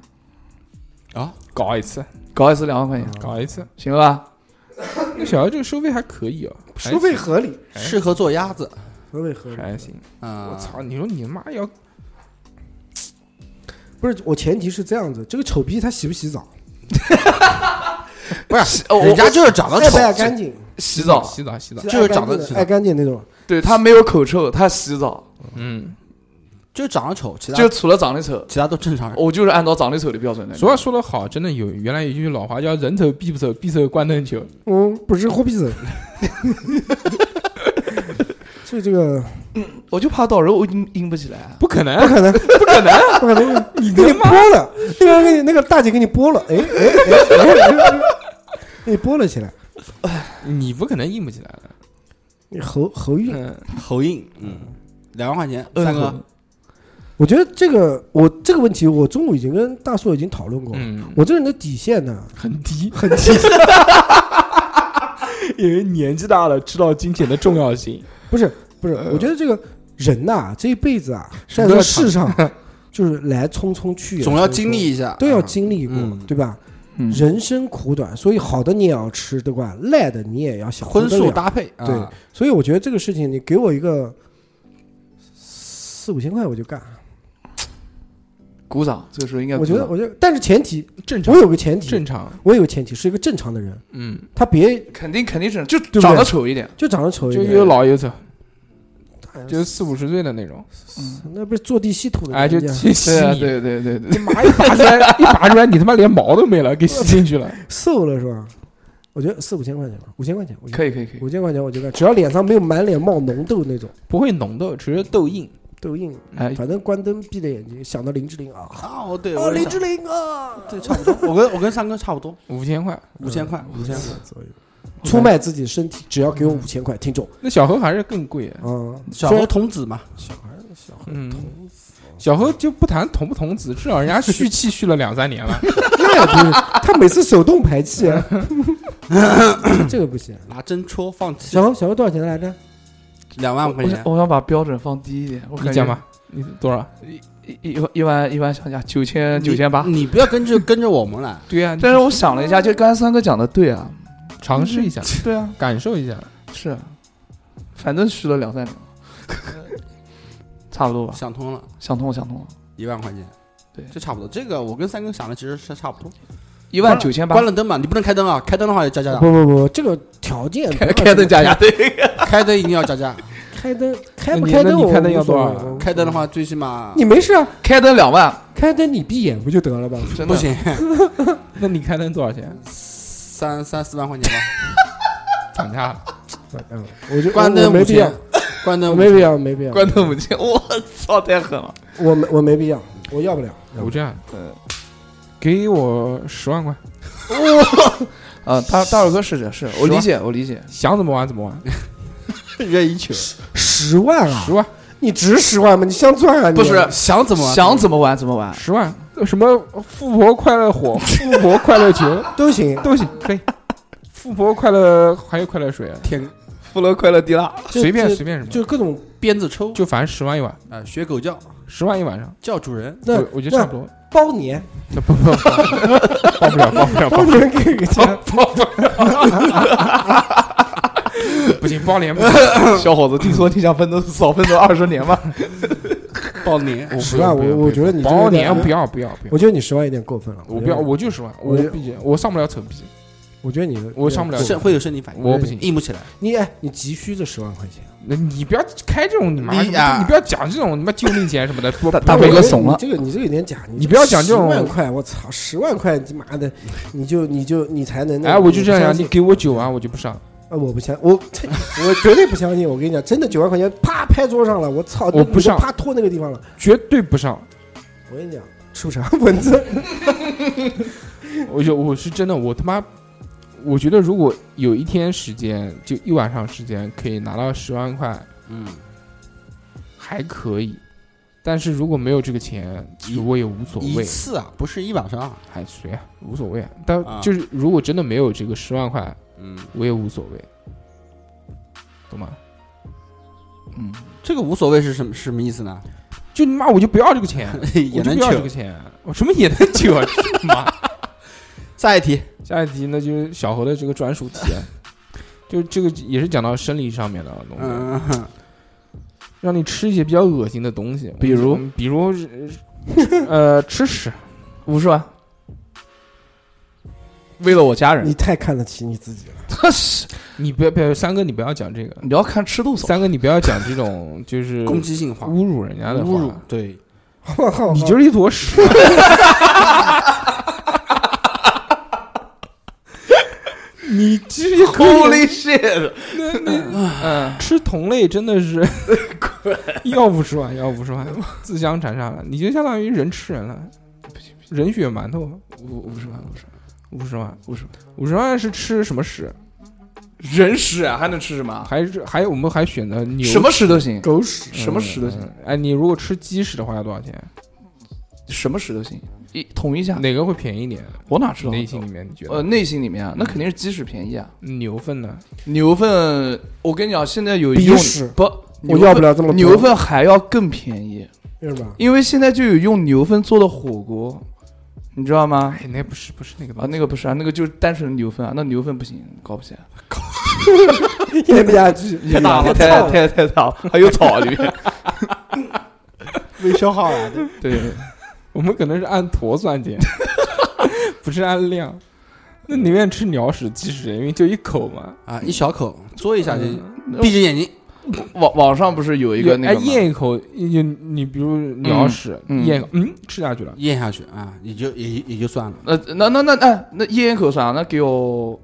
S1: 搞一次，
S4: 搞一次两万块钱，
S1: 搞一次，
S4: 行了吧？
S1: 那小孩这个收费还可以哦，还
S2: 收费合理，
S1: 哎
S3: 适合做鸭子。
S2: 收费合理。
S1: 还行，
S3: 啊，
S1: 我！操，你说你妈要
S2: 不是，我前提是这样子，这个丑逼他洗不洗澡？
S3: 不是，
S4: 哦
S3: 人家就是长得
S2: 爱
S3: 丑
S2: 不，爱干净？
S4: 洗澡，
S1: 洗澡洗澡，
S3: 就是长得
S2: 爱干净的爱干净那种。
S4: 对她没有口臭，她洗澡，
S1: 嗯，
S3: 就是哦长得丑，其他
S4: 就除了长得丑，
S3: 其他都正常人。
S4: 我就是按照长得丑的标准来。
S1: 俗话说得好，真的有，原来有一句老话叫“人丑必不丑，必丑关灯球
S2: 嗯，不是货币子。 就这个
S4: 我就怕到时候我硬硬不起来”，。
S1: 不可能
S2: 不，可能，不可能，不可能！
S1: 你
S2: 给你
S1: 他妈
S2: 剥了，那个人给你那个大姐给你剥了，哎哎哎哎哎，给你剥了起来，
S1: 你不可能硬不起来的。
S2: 你侯侯运。
S1: 嗯，
S3: 猴印，嗯，两万块钱，
S4: 嗯
S3: 三哥，
S2: 我觉得这个我这个问题，我中午已经跟大叔已经讨论过了。
S1: 嗯，
S2: 我这人的底线呢，
S1: 很低，
S2: 很低，
S1: 因为年纪大了，知道金钱的重要性。
S2: 不是不是，
S3: 呃
S2: 我觉得这个人呐，这一辈子啊，在
S1: 么
S2: 这个
S1: 叫
S2: 世上就是来匆匆去也匆匆，
S3: 总要经历一下，
S2: 都要经历过
S3: 嗯，
S2: 对吧？
S4: 嗯
S2: 人生苦短，所以好的你也要吃，对吧？赖的你也要享受
S3: 荤
S2: 得
S3: 素
S2: 了
S3: 搭配，啊
S2: 对，所以我觉得这个事情，你给我一个四五千块，我就干。
S4: 鼓掌，这个时候应该
S2: 我
S4: 鼓
S2: 觉得，
S4: 掌。
S2: 我觉得，但是前提，
S1: 正常
S2: 我，有个前提
S1: 正，常，
S2: 我有个前提，是一个正常的人，
S1: 嗯，
S2: 他别
S4: 肯定肯定是，就
S2: 不对
S4: 长得丑一点，
S2: 就长得丑一
S1: 就
S2: 点，
S1: 又老又丑，
S2: 哎呀
S1: 就是四五十岁的那种，
S2: 那不是坐地吸土的
S1: 哎，就
S2: 人家
S1: 吸吸
S4: 对啊，
S1: 你，
S4: 对对对对，
S1: 妈一拔出来，一拔出来，你他妈连毛都没了，给吸进去了。
S2: 瘦了是吧？我觉得四五千块钱吧，五千块钱，
S4: 可以可以可以，
S2: 五千块钱我就干，只要脸上没有满脸冒脓痘那种
S1: 不会脓痘，只是痘印。
S2: 痘印，
S4: 哎，
S2: 反正关灯闭着眼睛想到林志玲啊，
S3: 啊，我对，
S2: 哦
S3: 我也
S2: 林
S3: 想
S2: 志玲啊，
S3: 对，差不多，我跟我跟三哥差不多，
S1: 五千块，
S3: 五千块，五千块，
S2: 左右，出卖自己身体，只要给
S1: 嗯
S2: 我五千块，听众
S1: 那小何还是更贵。
S2: 啊，
S3: 小
S2: 虽
S3: 猴
S2: 然
S3: 童子嘛，
S1: 嗯，小何就不谈童不童子，至少人家蓄气蓄了两三年了。
S2: 那也不是， 他每次手动排气啊，这个不行。
S3: 拿针戳放气
S2: 小，侯，小侯多少钱来着？
S3: 两万块
S1: 哎
S4: 我
S3: 钱
S4: 想，我想把标准放低一点，我
S1: 你
S4: 感觉
S1: 讲吧，你多少？
S4: 一一一万一万想想九千九千八，
S3: 你不要跟着跟着我们来，
S1: 对呀、啊，
S4: 但是我想了一下，就刚才三哥讲的对啊，
S1: 尝试一下，
S4: 对啊，
S1: 感受一下。
S4: 是啊，反正虚了两三年，差不多吧，
S3: 想通了，
S4: 想通了想通了，
S3: 一万块钱，
S4: 对
S3: 这差不多，这个我跟三哥想的其实是差不多，
S4: 一万九千八
S3: 关，了灯嘛，你不能开灯啊，开灯的话要加价的，
S2: 不不不，这个条件不要
S4: 开灯加价，对，
S3: 开灯一定要加价，
S2: 开灯开
S1: 那
S2: 不
S1: 你
S2: 开灯
S1: 那你
S2: 我无所谓？
S1: 开灯要多少
S2: 我无所谓
S3: 开灯的话最起码
S2: 你没事啊，
S4: 开灯两万，
S2: 开灯你闭眼不就得了吧？
S4: 真的
S3: 不，行，
S1: 那你开灯多少钱？
S3: 三三四万块钱吧，
S1: 涨价了，
S2: 嗯，我就
S3: 关
S2: 我
S3: 灯
S2: 没
S3: 五
S2: 必要
S3: 千，，关
S2: 我
S3: 灯
S2: 没
S3: 五
S2: 必
S3: 千，
S2: 要，没必要，
S4: 关灯五 千，我操，太狠了，
S2: 我没我没必要，我要不了。
S1: 五这样，
S4: 嗯
S1: 给我十万块，
S4: 啊，大大耳哥是这，是我理解我理解，
S1: 想怎么玩怎么玩，
S3: 任意球，
S2: 十万啊
S1: 十！万，
S2: 你值十万吗？你镶钻啊？你
S4: 不是
S3: 想怎么玩
S4: 想怎么玩怎么玩，
S1: 十万，什么富婆快乐火，富婆快乐球
S2: 都行，
S1: 都行，可以。富婆快乐还有快乐水，啊
S3: 舔
S4: 富乐快乐迪拉，
S2: 就
S1: 随便
S2: 就
S1: 随便什么，
S2: 就各种
S3: 鞭子抽，
S1: 就反正十万一晚，
S3: 啊学狗叫，
S1: 十万一晚上，
S3: 叫主人，
S2: 那
S1: 我我觉得差不多。
S2: 包年，
S1: 不不不，报不了，报不了，
S2: 包
S1: 报
S2: 年给人家，
S1: 报不了，不行，报脸 不行，
S5: 小伙子，听说你想分手少分手二十年吗？
S3: 报年
S1: 我不
S2: 十万
S1: 不
S2: 我
S1: 不
S2: 我觉得你这个
S1: 报
S2: 有点
S1: 脸不要不要不要，
S2: 我觉得你十万有点过分了。
S1: 我
S2: 觉
S1: 不
S2: 得
S1: 要，，我就十万，我
S2: 我觉
S1: 毕竟我上不了丑逼，
S2: 我觉得你
S1: 我上不了
S2: 有点过
S1: 是
S2: 分
S3: 会有生理反应，
S1: 我不行。
S3: 硬不起来。
S2: 你哎，你急需这十万块钱，
S1: 那你不要开这种你妈，
S5: 你
S1: 你
S5: 啊
S1: 你不要讲这种你妈救命钱什么的，不
S5: 大
S1: 不
S5: 大
S1: 不
S5: 伟哥
S1: 不
S5: 怂了
S2: 你这个你这个有点假，
S1: 你不要讲这种
S2: 十万块，我操，十万块，你妈的，你就你就你才能那
S1: 哎，
S2: 个
S1: 我就这样
S2: 相
S1: 讲，
S2: 信
S1: 你给我九万我就不上，
S2: 啊，我不相，我 我绝对不相信。我跟你讲，真的九万块钱啪拍桌上了，我操，
S1: 我不上
S2: 啪拖那个地方了。
S1: 绝对不上。
S2: 我跟你讲，出啥 文字？
S1: 我就我是真的，我他妈，我觉得如果有一天时间，就一晚上时间可以拿到十万块，
S3: 嗯，
S1: 还可以。但是如果没有这个钱，其实我也无所
S3: 一
S1: 谓，
S3: 次啊，不是一晚上啊。
S1: 还谁啊，无所谓啊。但
S3: 啊
S1: 就是如果真的没有这个十万块，
S3: 嗯，
S1: 我也无所谓，懂吗？
S4: 嗯，
S3: 这个无所谓是什么什么意思呢？
S1: 就你妈，我就不要这个钱，
S3: 也
S1: 我就
S3: 能
S1: 不要这个
S3: 去。
S1: 钱，我什么也能救 啊！妈，
S3: 下一题，
S1: 下一题那就是小猴的这个专属题，啊就这个也是讲到生理上面的东西。
S3: 嗯，
S1: 让你吃一些比较恶心的东西，
S4: 比如
S1: 嗯比如呃呃吃屎，
S4: 五十万，为了我家人
S1: 嗯
S2: 你，太看得起你自己了。
S4: 他是
S1: 你不要不要三哥你不要讲这个，
S4: 你要看吃多 少，
S1: 三哥你不要讲这种就是
S3: 攻击性话，
S1: 侮辱人家的话
S3: 侮辱，对，
S2: 我靠，
S1: 你就是一坨 屎。你其 实也可以
S4: 啊
S5: Holy shit！
S1: 嗯吃同类，真的 是要五十万，要五十万，自相残杀了，你就相当于人吃人了，人血馒头，
S4: 五五十万，五十万，
S1: 五十万，
S4: 五十万，
S1: 五十万是吃什么屎？
S4: 人屎啊，还能吃什么啊？
S1: 还是还有我们还选择牛
S4: 什么屎都行，
S2: 狗屎！
S4: 什么屎都行，
S1: 嗯哎，你如果吃鸡屎的话要多少钱？
S4: 什么屎都行，一统一下，
S1: 哪个会便宜一点？
S4: 我哪知道？
S1: 内心里面你觉得？
S4: 呃，内心里面啊，那肯定是鸡屎便宜啊。
S1: 牛粪呢？
S4: 牛粪，我跟你讲，现在有
S2: 鼻
S4: 用
S2: 屎
S4: 不？
S2: 我
S4: 牛
S2: 要不
S4: 粪
S2: 了这么多
S4: 牛，粪还要更便宜，
S2: 是 吧？
S4: 因为现在就有用牛粪做的火锅，你知道吗？
S1: 哎，那不是不是那个东
S4: 啊，
S1: 西，
S4: 那个不是啊，那个就是单纯的牛粪啊，那牛粪不行，搞不起来，
S2: 咽不下去，
S5: 太大了，太太太大了，还有草里面。
S2: 没消耗啊！
S4: 对，
S1: 我们可能是按坨算钱， 不是按量。那宁愿吃鸟屎、鸡屎，因为就一口嘛。
S3: 啊，一小口嘬一下就，
S4: 嗯
S3: 闭着眼睛，
S4: 网网上不是有一个那
S1: 哎
S4: 个吗
S1: 咽一口，你你比如鸟屎
S4: 嗯嗯
S1: 咽一口，嗯，吃下去了。
S3: 咽下去啊，也就也也也就算了。
S4: 呃，那那那那那一人一口算啊，那给我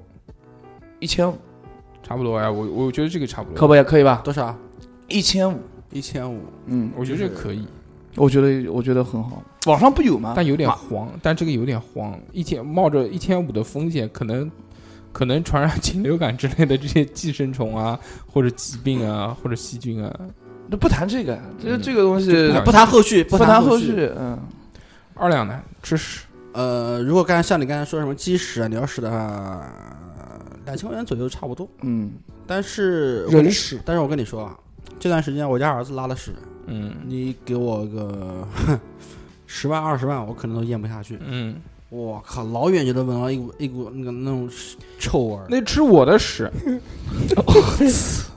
S4: 一千五，
S1: 差不多哎呀，我我觉得这个差不
S4: 可
S1: 多，
S4: 不也可以吧？
S3: 多少？
S4: 一千五，
S3: 一千五。
S4: 嗯，
S1: 我觉得这个可以，
S4: 我觉得我觉得很好，网上不有吗？
S1: 但有点
S4: 妈
S1: 慌，但这个有点慌，一千冒着一千五的风险，可能可能传染禽流感之类的这些寄生虫啊， 或者疾病啊，或者细菌啊。
S4: 那不谈这个，这
S1: 嗯
S4: 这个东西
S1: 就
S3: 不谈后续，
S4: 不
S3: 谈
S4: 谈后
S3: 续。
S4: 续，嗯，
S1: 二两呢，吃屎，
S3: 呃，如果刚才像你刚才说什么鸡屎啊、鸟屎的话，两千块钱左右差不多。
S4: 嗯，
S3: 但是我，
S2: 人屎，
S3: 但是我跟你说啊，这段时间我家儿子拉了屎，
S1: 嗯
S3: 你给我个 十万二十万，我可能都咽不下去。
S1: 嗯，
S3: 我靠，老远就能闻到一股一股那个那种臭味儿。
S1: 那吃我的屎，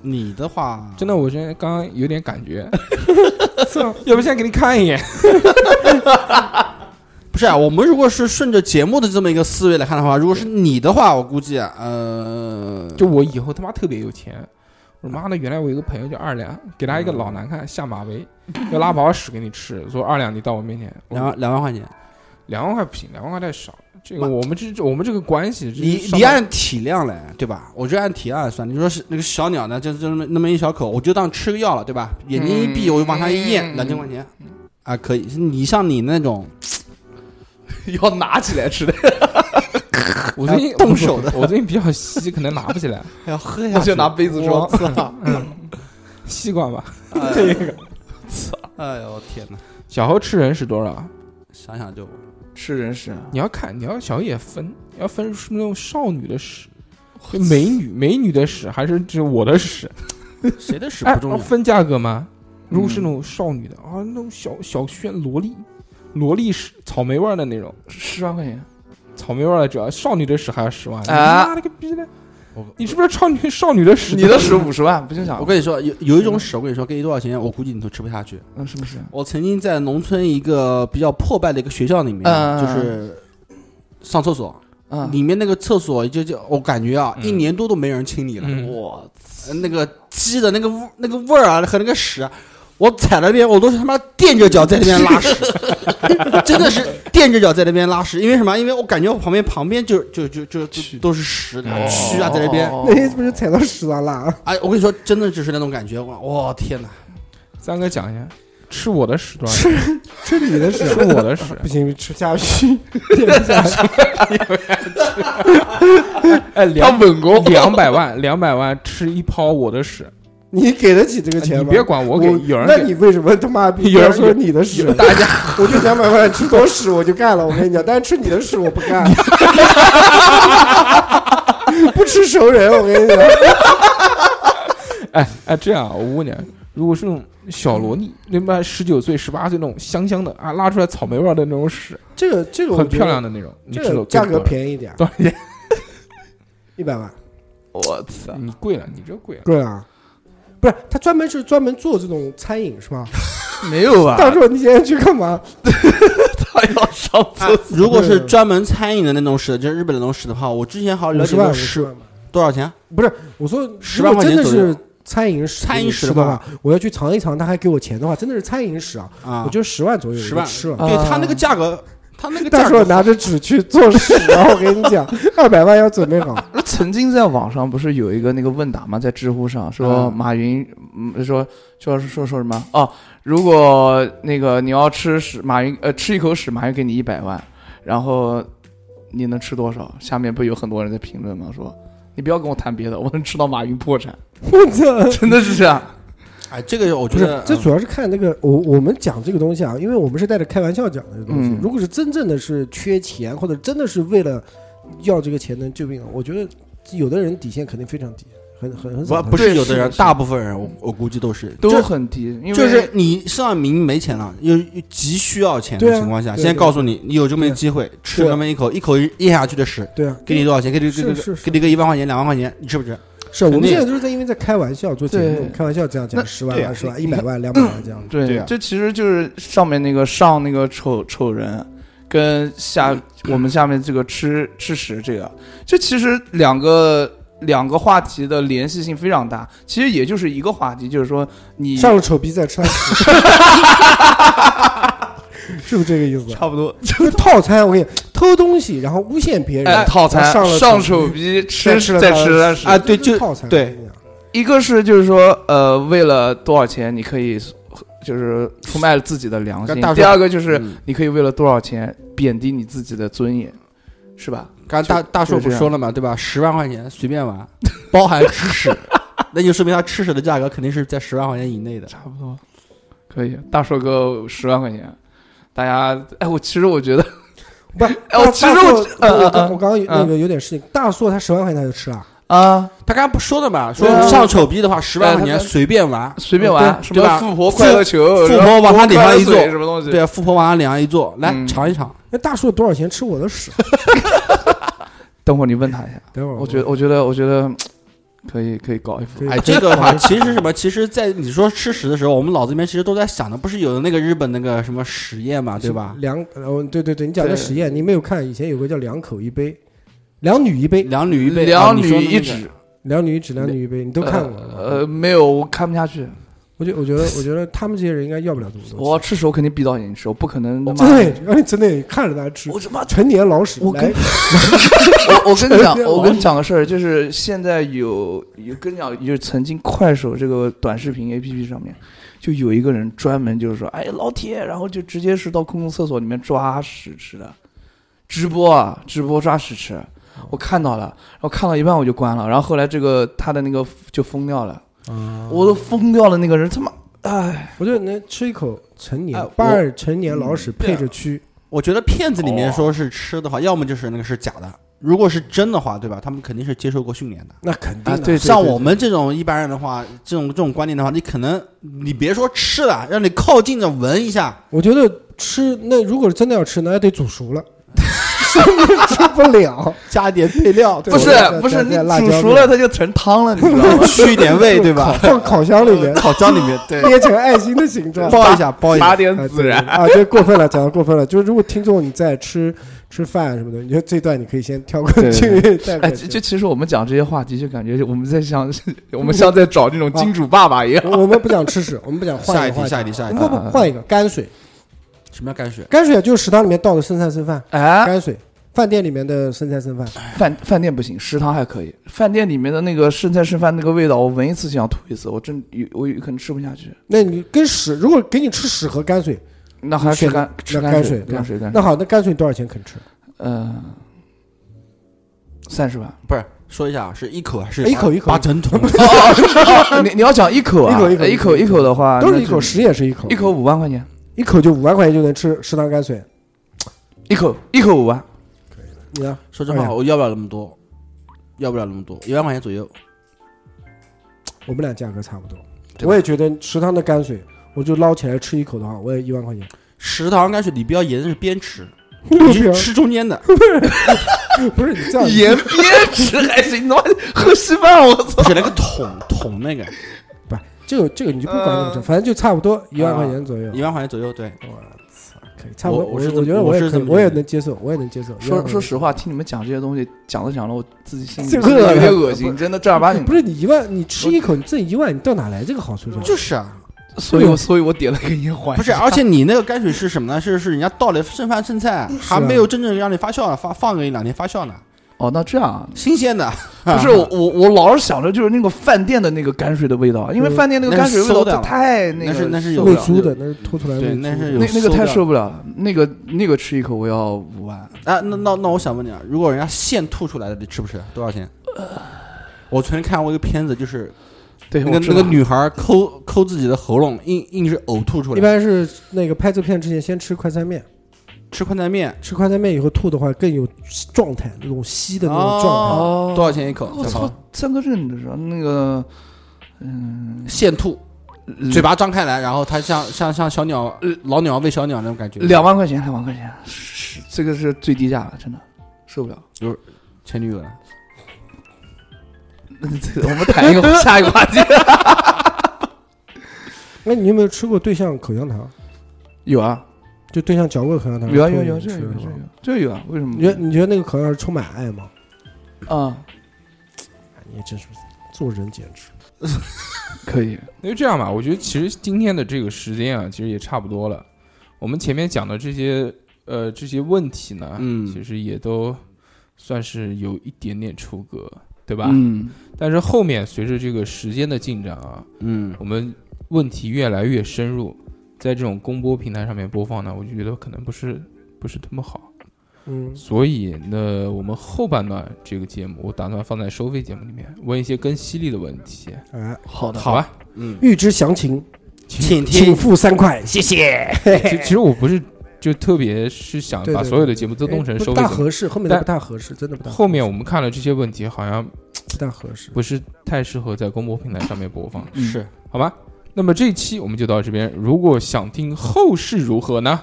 S3: 你的话，
S1: 真的，我现在刚刚有点感 觉，啊要不现在给你看一眼，
S3: 不是啊，我们如果是顺着节目的这么一个思维来看的话，如果是你的话，我估计啊，呃，
S1: 就我以后他妈特别有钱。我妈的，原来我有个朋友叫二两，给他一个老难看下 马威，要拉粑粑屎给你吃，说二两你到我面前，我
S3: 两万两万块钱，
S1: 两万块不行，两万块太少。这个
S3: 妈
S1: 我们这我们这个关系，这
S3: 你
S1: 是上
S3: 你
S1: 班
S3: 按体量来，对吧？我就按体量来算。你说是那个小鸟呢，就就那么那么一小口，我就当吃个药了，对吧？眼睛一闭，我就往上一咽，
S4: 嗯
S3: 两千块钱，啊，可以。你像你那种，
S4: 要拿起来吃的，
S1: 我最近
S3: 要动手的
S1: 我最近比较稀，可能拿不 起来。
S3: 还要喝
S4: 那
S3: 下
S4: 就
S3: 去，
S4: 拿杯子装。
S1: 嗯，吸管吧。
S3: 这个，哎呦天哪！
S1: 小猴吃人是多少？
S3: 想想就
S4: 吃人屎啊，
S1: 你要看，你要小猴也分，要分是那种少女的屎，就美女美女的屎，还是只我的屎？
S3: 谁的屎
S1: 哎
S3: 不重，要，
S1: 分价格吗？如果是那种少女的啊，那种小小轩萝莉，萝莉屎草莓味儿的那种，
S4: 十万块钱，
S1: 草莓味儿的只要少女的屎还要十万，你
S4: 啊
S1: 妈了个逼的
S3: 我！
S1: 你是不是少女少女的屎？
S4: 你的屎五十万，不就想
S3: 我跟你说，有有一种屎，我跟你说，给你多少钱，我估计你都吃不下去。
S4: 嗯是不是？
S3: 我曾经在农村一个比较破败的一个学校里面，
S4: 嗯
S3: 就是上厕所，
S4: 嗯，
S3: 里面那个厕所就就我感觉啊，
S1: 嗯
S3: 一年多都没人清理了，
S1: 嗯
S3: 我操那个鸡的那个味那个味儿啊和那个屎啊。我踩那边，我都是他妈垫着脚在那边拉屎， 真的是垫着脚在那边拉屎。因为什么？因为我感觉我旁边旁边就就就就就都是屎的蛆啊，在那
S1: 哦
S4: 哦
S3: 边。
S2: 那天不是踩到屎上了啊？
S3: 哎，我跟你说，真的就是那种感觉。我我天 哪！
S1: 三哥讲一下，吃我的屎多少钱？
S2: 吃你的屎
S1: 吃我的屎，
S2: 不行，吃下 去，咽不下去。
S1: 哎，两稳工，两百万，两百万吃一泡我的屎，
S2: 你给得起这个钱
S1: 哎你
S2: 吗？
S1: 别管我给，有人
S2: 那
S1: 给
S2: 你为什么他妈 逼
S1: 有人
S2: 说你的屎？
S1: 大家
S2: 我就两百万吃坨屎我就干了，我跟你讲，但是吃你的屎我不 干，不吃熟人，我跟 你讲，
S1: 哎哎，这样啊，我问你啊，如果是那种小萝莉，那么十九岁、十八岁那种香香的啊，拉出来草莓味儿的那种屎，
S2: 这个这个我
S1: 很
S2: 觉
S1: 漂
S2: 得
S1: 亮的那种，你
S2: 这
S1: 吃了
S2: 个价格
S1: 贵
S2: 便宜一点，
S1: 多少钱？
S2: 一百万
S4: 我操！
S1: 你贵了，你这贵了。
S2: 对啊，不是他专门是专门做这种餐饮是吧？
S4: 没有吧？
S2: 到时候你现在去干嘛？
S4: 他要上厕所，
S3: 如果是专门餐饮的那种屎，就是日本的那种屎的话，我之前好像
S2: 五
S3: 了
S2: 十
S3: 解
S2: 万，
S3: 过
S2: 五
S3: 屎
S2: 十万吧。
S3: 多少钱？
S2: 不是，我说
S3: 10
S2: 如果
S3: 万块
S2: 真
S3: 钱
S2: 的
S3: 左右
S2: 是餐饮屎，
S3: 餐饮屎
S2: 的
S3: 的
S2: 话，我要去尝一尝，他还给我钱的话，真的是餐饮屎啊！
S3: 啊，
S2: 我觉得十万左右
S3: 10万
S2: 吃了。
S3: 对
S4: 啊
S3: 他那个价格，他那个
S2: 到
S3: 价
S2: 时候
S3: 格，
S2: 拿着纸去做屎，然后我跟你讲，二百万要准备好。
S4: 那曾经在网上不是有一个那个问答吗？在知乎上说
S3: 嗯
S4: 马云，嗯，说说说说什么？哦，如果那个你要吃屎，马云呃吃一口屎，马云给你一百万，然后你能吃多少？下面不有很多人在评论吗？说你不要跟我谈别的，我能吃到马云破产，
S2: 我操！
S4: 真的是这样。
S3: 哎，这个我
S2: 不
S3: 觉
S2: 是
S3: 得，
S2: 这
S3: 嗯
S2: 主要是看那个我我们讲这个东西啊，因为我们是带着开玩笑讲的这个东西
S4: 嗯。
S2: 如果是真正的是缺钱，或者真的是为了要这个钱能救命，啊我觉得有的人底线肯定非常低，很很很少
S3: 不不
S2: 很。
S3: 是
S4: 对
S3: 有的
S4: 是
S3: 人，
S4: 的
S3: 大部分人我我估计都是
S4: 都
S3: 就
S4: 很低，因为
S3: 就是你身上明明没钱了，又又急需要钱的
S2: 对啊
S3: 情况下，
S2: 对
S3: 现在
S2: 对
S3: 告诉你，你有这么一个机会，吃
S2: 对
S3: 那么一口，一口咽下去的屎，
S2: 对啊，
S3: 给你多少钱？给你给
S2: 是
S3: 你
S2: 是是
S3: 给你个一万块钱、两万块钱，你吃不吃？
S2: 是我
S3: 肯定
S2: 们现在都是在因为在开玩笑做节目
S4: 对，
S2: 开玩笑这样讲
S4: 那
S2: 十万、
S3: 对啊
S2: 二十万、一百万、两百万这样。
S4: 对，
S3: 对啊
S4: 这其实就是上面那个上那个丑丑人，跟下、我们下面这个吃吃屎这个，这其实两个两个话题的联系性非常大。其实也就是一个话题，就是说你
S2: 上了丑逼 再吃他屎，是不是这个意思？啊
S4: 差不多
S2: 就是套餐，我跟你偷东西，然后诬陷别人，
S4: 哎套餐
S2: 然后上了
S4: 上
S2: 手
S4: 丑逼
S2: 再
S4: 吃
S2: 吃了
S4: 再
S2: 他
S4: 吃了屎
S3: 啊对
S2: 这是
S3: 就
S2: 套餐，
S3: 对
S2: 我跟你讲，
S4: 一个是就是说呃为了多少钱你可以就是出卖自己的良心
S3: 跟大，叔
S4: 第二个就是
S3: 嗯
S4: 你可以为了多少钱贬低你自己的尊严，是吧？
S3: 刚才大大
S4: 就
S3: 硕
S4: 这
S3: 不
S4: 样
S3: 说了嘛，对吧？十万块钱随便玩，包含吃屎， 那就说明他吃屎的价格肯定是在十万块钱以内的。
S4: 差不多，可以。大硕哥十万块钱，大家哎，我其实我觉得
S2: 不，
S4: 我
S2: 大
S4: 哎其实我
S2: 大硕我
S4: 嗯嗯
S2: 刚
S4: 嗯
S2: 我刚刚有那
S4: 嗯
S2: 个有点事情，大硕他十万块钱他就吃了，
S4: 啊，
S3: 他刚才不说了嘛，说
S4: 对啊
S3: 上丑逼的话，十万块
S4: 哎
S3: 钱
S4: 他
S3: 随便玩，
S4: 随便
S3: 对
S4: 玩什
S3: 对
S4: 么
S3: 吧
S4: 富婆快乐球，
S3: 富
S4: 然后
S3: 婆往他脸上一坐
S4: 快乐水什么东西？
S3: 对，啊富婆往他脸上一坐，来
S4: 嗯
S3: 尝一尝。
S2: 那大硕多少钱吃我的屎？
S4: 等会儿你问他一下，
S2: 等会儿
S4: 我觉得，我觉得，我觉得可以，可以搞一副。
S3: 哎，这个的话，其实是什么？其实，在你说吃屎的时候，我们脑子里面其实都在想的，不是有那个日本那个什么实验嘛，对吧？
S2: 两，哦，对对对，你讲的
S4: 对
S2: 实验，你没有看？以前有个叫两口一杯，两女一杯，
S3: 两女一杯，
S4: 两
S3: 啊你说
S4: 女
S3: 的那
S4: 一
S3: 个
S4: 指，
S2: 两女一指，两女一杯，你都看过了。
S4: 呃，没有，我看不下去。
S2: 我觉我觉得我觉得他们这些人应该要不了这么多钱。
S4: 我吃手肯定闭到眼睛吃，我不可能他妈。
S2: 对，让你真的看着他吃，
S4: 我他妈
S2: 成年老鼠。
S4: 我
S2: 来
S4: 跟我我跟你讲， 我跟你讲个事儿，就是现在有有跟你讲，就是曾经快手这个短视频 A P P 上面，就有一个人专门就是说，哎老铁，然后就直接是到公共厕所里面抓屎吃的，直播啊，直播抓屎吃，我看到了，然后看到一半我就关了，然后后来这个他的那个就封掉了，
S2: 嗯
S4: 我都疯掉了，那个人他妈，哎，
S2: 我觉得能吃一口成年
S4: 啊
S3: 哎我
S2: 半成年老鼠配着蛆，
S4: 嗯哦
S3: 我觉得骗子里面说是吃的话，要么就是那个是假的，如果是真的话，对吧？他们肯定是接受过训练的。
S2: 那肯定
S4: 啊，
S2: 的
S4: 对，
S3: 像我们这种一般人的话，这种这种观念的话，你可能你别说吃了，让你靠近着闻一下，
S2: 我觉得吃那如果真的要吃，那也得煮熟 了，生的吃不了。
S3: 加点配料，对
S4: 不
S3: 吧
S4: 是
S2: 对
S4: 不是，
S2: 对
S4: 你
S2: 对辣椒
S4: 煮熟
S2: 面
S4: 了它就成汤了，你知 道吗？
S3: 去一点味，对吧？
S2: 放 烤箱里面
S3: 烤箱里面，对，
S2: 捏成爱心的形状。
S3: 包一下，包一下，
S5: 撒点
S2: 啊
S5: 孜然，
S2: 对啊，这过分了，讲的过分了。就是如果听众你在吃吃饭什么的，你觉得这段你可以先跳过
S4: 对
S2: 去
S4: 对，
S2: 带过
S4: 哎，
S2: 去
S4: 就就其实我们讲这些话题，就感觉我们在像 我们像在找那种金主爸爸一样。
S2: 我我们不讲吃屎，我们不讲换
S3: 下
S2: 一
S3: 一
S2: 个话
S3: 题，
S2: 题，
S3: 下一题，下一
S2: 我
S3: 题
S2: 们，
S4: 啊
S2: 不不换一个泔水，
S3: 什么叫泔水？
S2: 泔水就是食堂里面倒的剩菜剩饭，
S4: 哎，
S2: 泔水。饭店里面的剩菜剩饭，
S4: 饭饭店不行，食堂还可以。饭店里面的那个剩菜剩饭那个味道，我闻一次就想吐一次，我真有我有可能吃不下去。
S2: 那你跟屎，如果给你吃屎和泔水，
S4: 那还是
S2: 选
S4: 干
S2: 那
S4: 吃
S2: 泔
S4: 啊泔
S2: 水对吧
S4: 泔水泔水，
S2: 那好，那泔水多少钱肯吃？
S4: 嗯，三十 万。
S3: 不是，说一下啊，是一口还是
S2: 一口一口
S3: 八整桶？
S4: 你你要讲一口啊，
S2: 一口一口
S4: 哎一口一口的话，
S2: 都
S4: 那
S2: 是一口，
S4: 就
S2: 屎也是一口，
S4: 一口五万块钱，
S2: 一口就五万块钱就能吃食堂泔水，
S4: 一口一口五万。
S2: 你呢？
S3: 说真话，我要不了那么多，要不了那么多，一万块钱左右。
S2: 我们俩价格差不多，
S3: 对吧
S2: 我也觉得食堂的泔水，我就捞起来吃一口的话，我也一万 块钱。
S3: 食堂泔水你不要沿着边吃，
S2: 不
S3: 你
S2: 是
S3: 是吃中间的，
S2: 不是你这样，
S4: 盐别吃还行，他妈喝稀饭，我操！
S3: 不是那个桶桶那个
S2: 这个这个你就不管怎么着，反正就差不多一万块钱左右
S3: 一。万块钱左右，对，
S2: 可以，差不多。
S3: 我
S2: 我
S3: 我是这么
S2: 我觉得
S3: 我
S2: 我
S3: 是
S2: 也可
S3: 这
S2: 以，
S3: 么
S2: 我也
S3: 觉得
S2: 能接受，我也能接受。一万
S4: 说
S2: 块
S4: 说
S2: 钱
S4: 实话，听你们讲这些东西，讲着讲着，我自己心里
S2: 这
S4: 真
S2: 个
S4: 的有点恶心，真的正儿八经
S2: 不。是你一万，你吃一口，你挣一万，你到哪来这个好处呢？
S3: 就是啊，
S4: 所以我，所以我点了根烟缓。
S3: 不是，而且你那个泔水是什么呢？是是人家倒的剩饭剩菜，
S2: 啊
S3: 还没有真正让你发酵，发放个一两天发酵呢，
S4: 哦，那这样啊，
S3: 新鲜的，
S4: 不是我我我老是想着就是那个饭店的那个泔水的味道，因为
S2: 嗯
S4: 饭店那个泔水
S3: 那
S4: 味
S3: 是馊
S4: 道
S3: 的
S4: 它太那
S3: 那是
S4: 个
S3: 那是有
S4: 受不
S2: 喂
S4: 了
S2: 猪的，那是吐出来喂
S3: 对，
S2: 猪的
S3: 那是有
S4: 那那
S3: 馊
S4: 个太
S3: 掉
S4: 受不了了，那个那个吃一口我要五万，
S3: 啊，那那那我想问你啊，如果人家现吐出来的，你吃不吃？多少钱？我昨天看过一个片子，就是
S4: 对，
S3: 那个
S4: 我知
S3: 那
S4: 道
S3: 个女孩抠抠自己的喉咙，硬硬是呕吐出
S2: 一
S3: 来。
S2: 般是那个拍这片之前先吃快餐面，
S3: 吃宽带面
S2: 吃快餐面以后吐的话更有状态，那种吸的那种状态。
S4: 哦，
S3: 多少钱一口？
S4: 我
S3: 小
S4: 操
S3: 胖，，
S4: 三个镇的时候那个
S3: 现吐，
S4: 嗯
S3: 嘴巴张开来，然后它像像像小鸟、
S4: 呃
S3: 老鸟喂小鸟那种感觉。
S4: 两万块钱，两万块钱，是这个是最低价了，真的受不了。
S3: 前女友呢？
S4: 我们谈一个下一个话题。
S2: 那你有没有吃过对象口香糖？
S4: 有啊，
S2: 就对象嚼过口香糖？
S4: 有啊，
S2: 然
S4: 有
S2: 后
S4: 啊有啊，
S2: 吐
S4: 这
S2: 进去
S4: 有
S2: 吃
S4: 啊这有
S2: 吗
S4: 啊这有啊，为什么
S2: 你觉得你觉得那个口香糖是充满爱吗？
S4: 啊？
S2: 你也真是做人简直。
S4: 可以，
S1: 那就这样吧，我觉得其实今天的这个时间啊，其实也差不多了。我们前面讲的这些呃这些问题呢，
S3: 嗯
S1: 其实也都算是有一点点出格，对吧？
S4: 嗯，
S1: 但是后面随着这个时间的进展啊，
S3: 嗯，
S1: 我们问题越来越深入，在这种公播平台上面播放呢，我就觉得可能不是不是那么好。
S2: 嗯，
S1: 所以呢，我们后半段这个节目，我打算放在收费节目里面，问一些更犀利的问题。
S2: 哎，
S4: 好的，
S1: 好吧，
S2: 欲知详情，
S3: 嗯请
S2: 请
S3: 听
S2: 付三块。
S1: 其其实我不是就特别是想
S2: 对
S1: 把
S2: 对
S1: 所有的节目都弄成
S2: 哎
S1: 收
S2: 不
S1: 费
S2: 大
S1: 节目。
S2: 合适，后面的
S1: 但
S2: 不大合适，真的不大合适。
S1: 后面我们看了这些问题，好像
S2: 不大合适。
S1: 不是太适合在公播平台上面播放，
S4: 嗯
S3: 是
S1: 好吧？那么这一期我们就到这边。如果想听后事如何呢？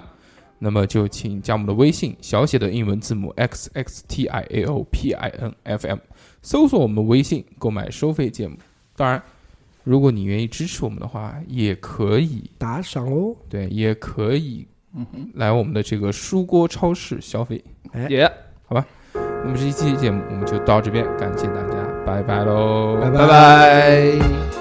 S1: 那么就请加我们的微信，小写的英文字母 x x t i a o p i n f m，搜索我们微信购买收费节目。当然，如果你愿意支持我们的话，也可以，
S2: 打赏哦，
S1: 对，也可以
S4: 嗯哼，
S1: 来我们的这个书锅超市消费。
S4: 也
S1: 那么这一期节目我们就到这边，感谢大家，拜拜喽，
S2: 拜
S4: 拜拜。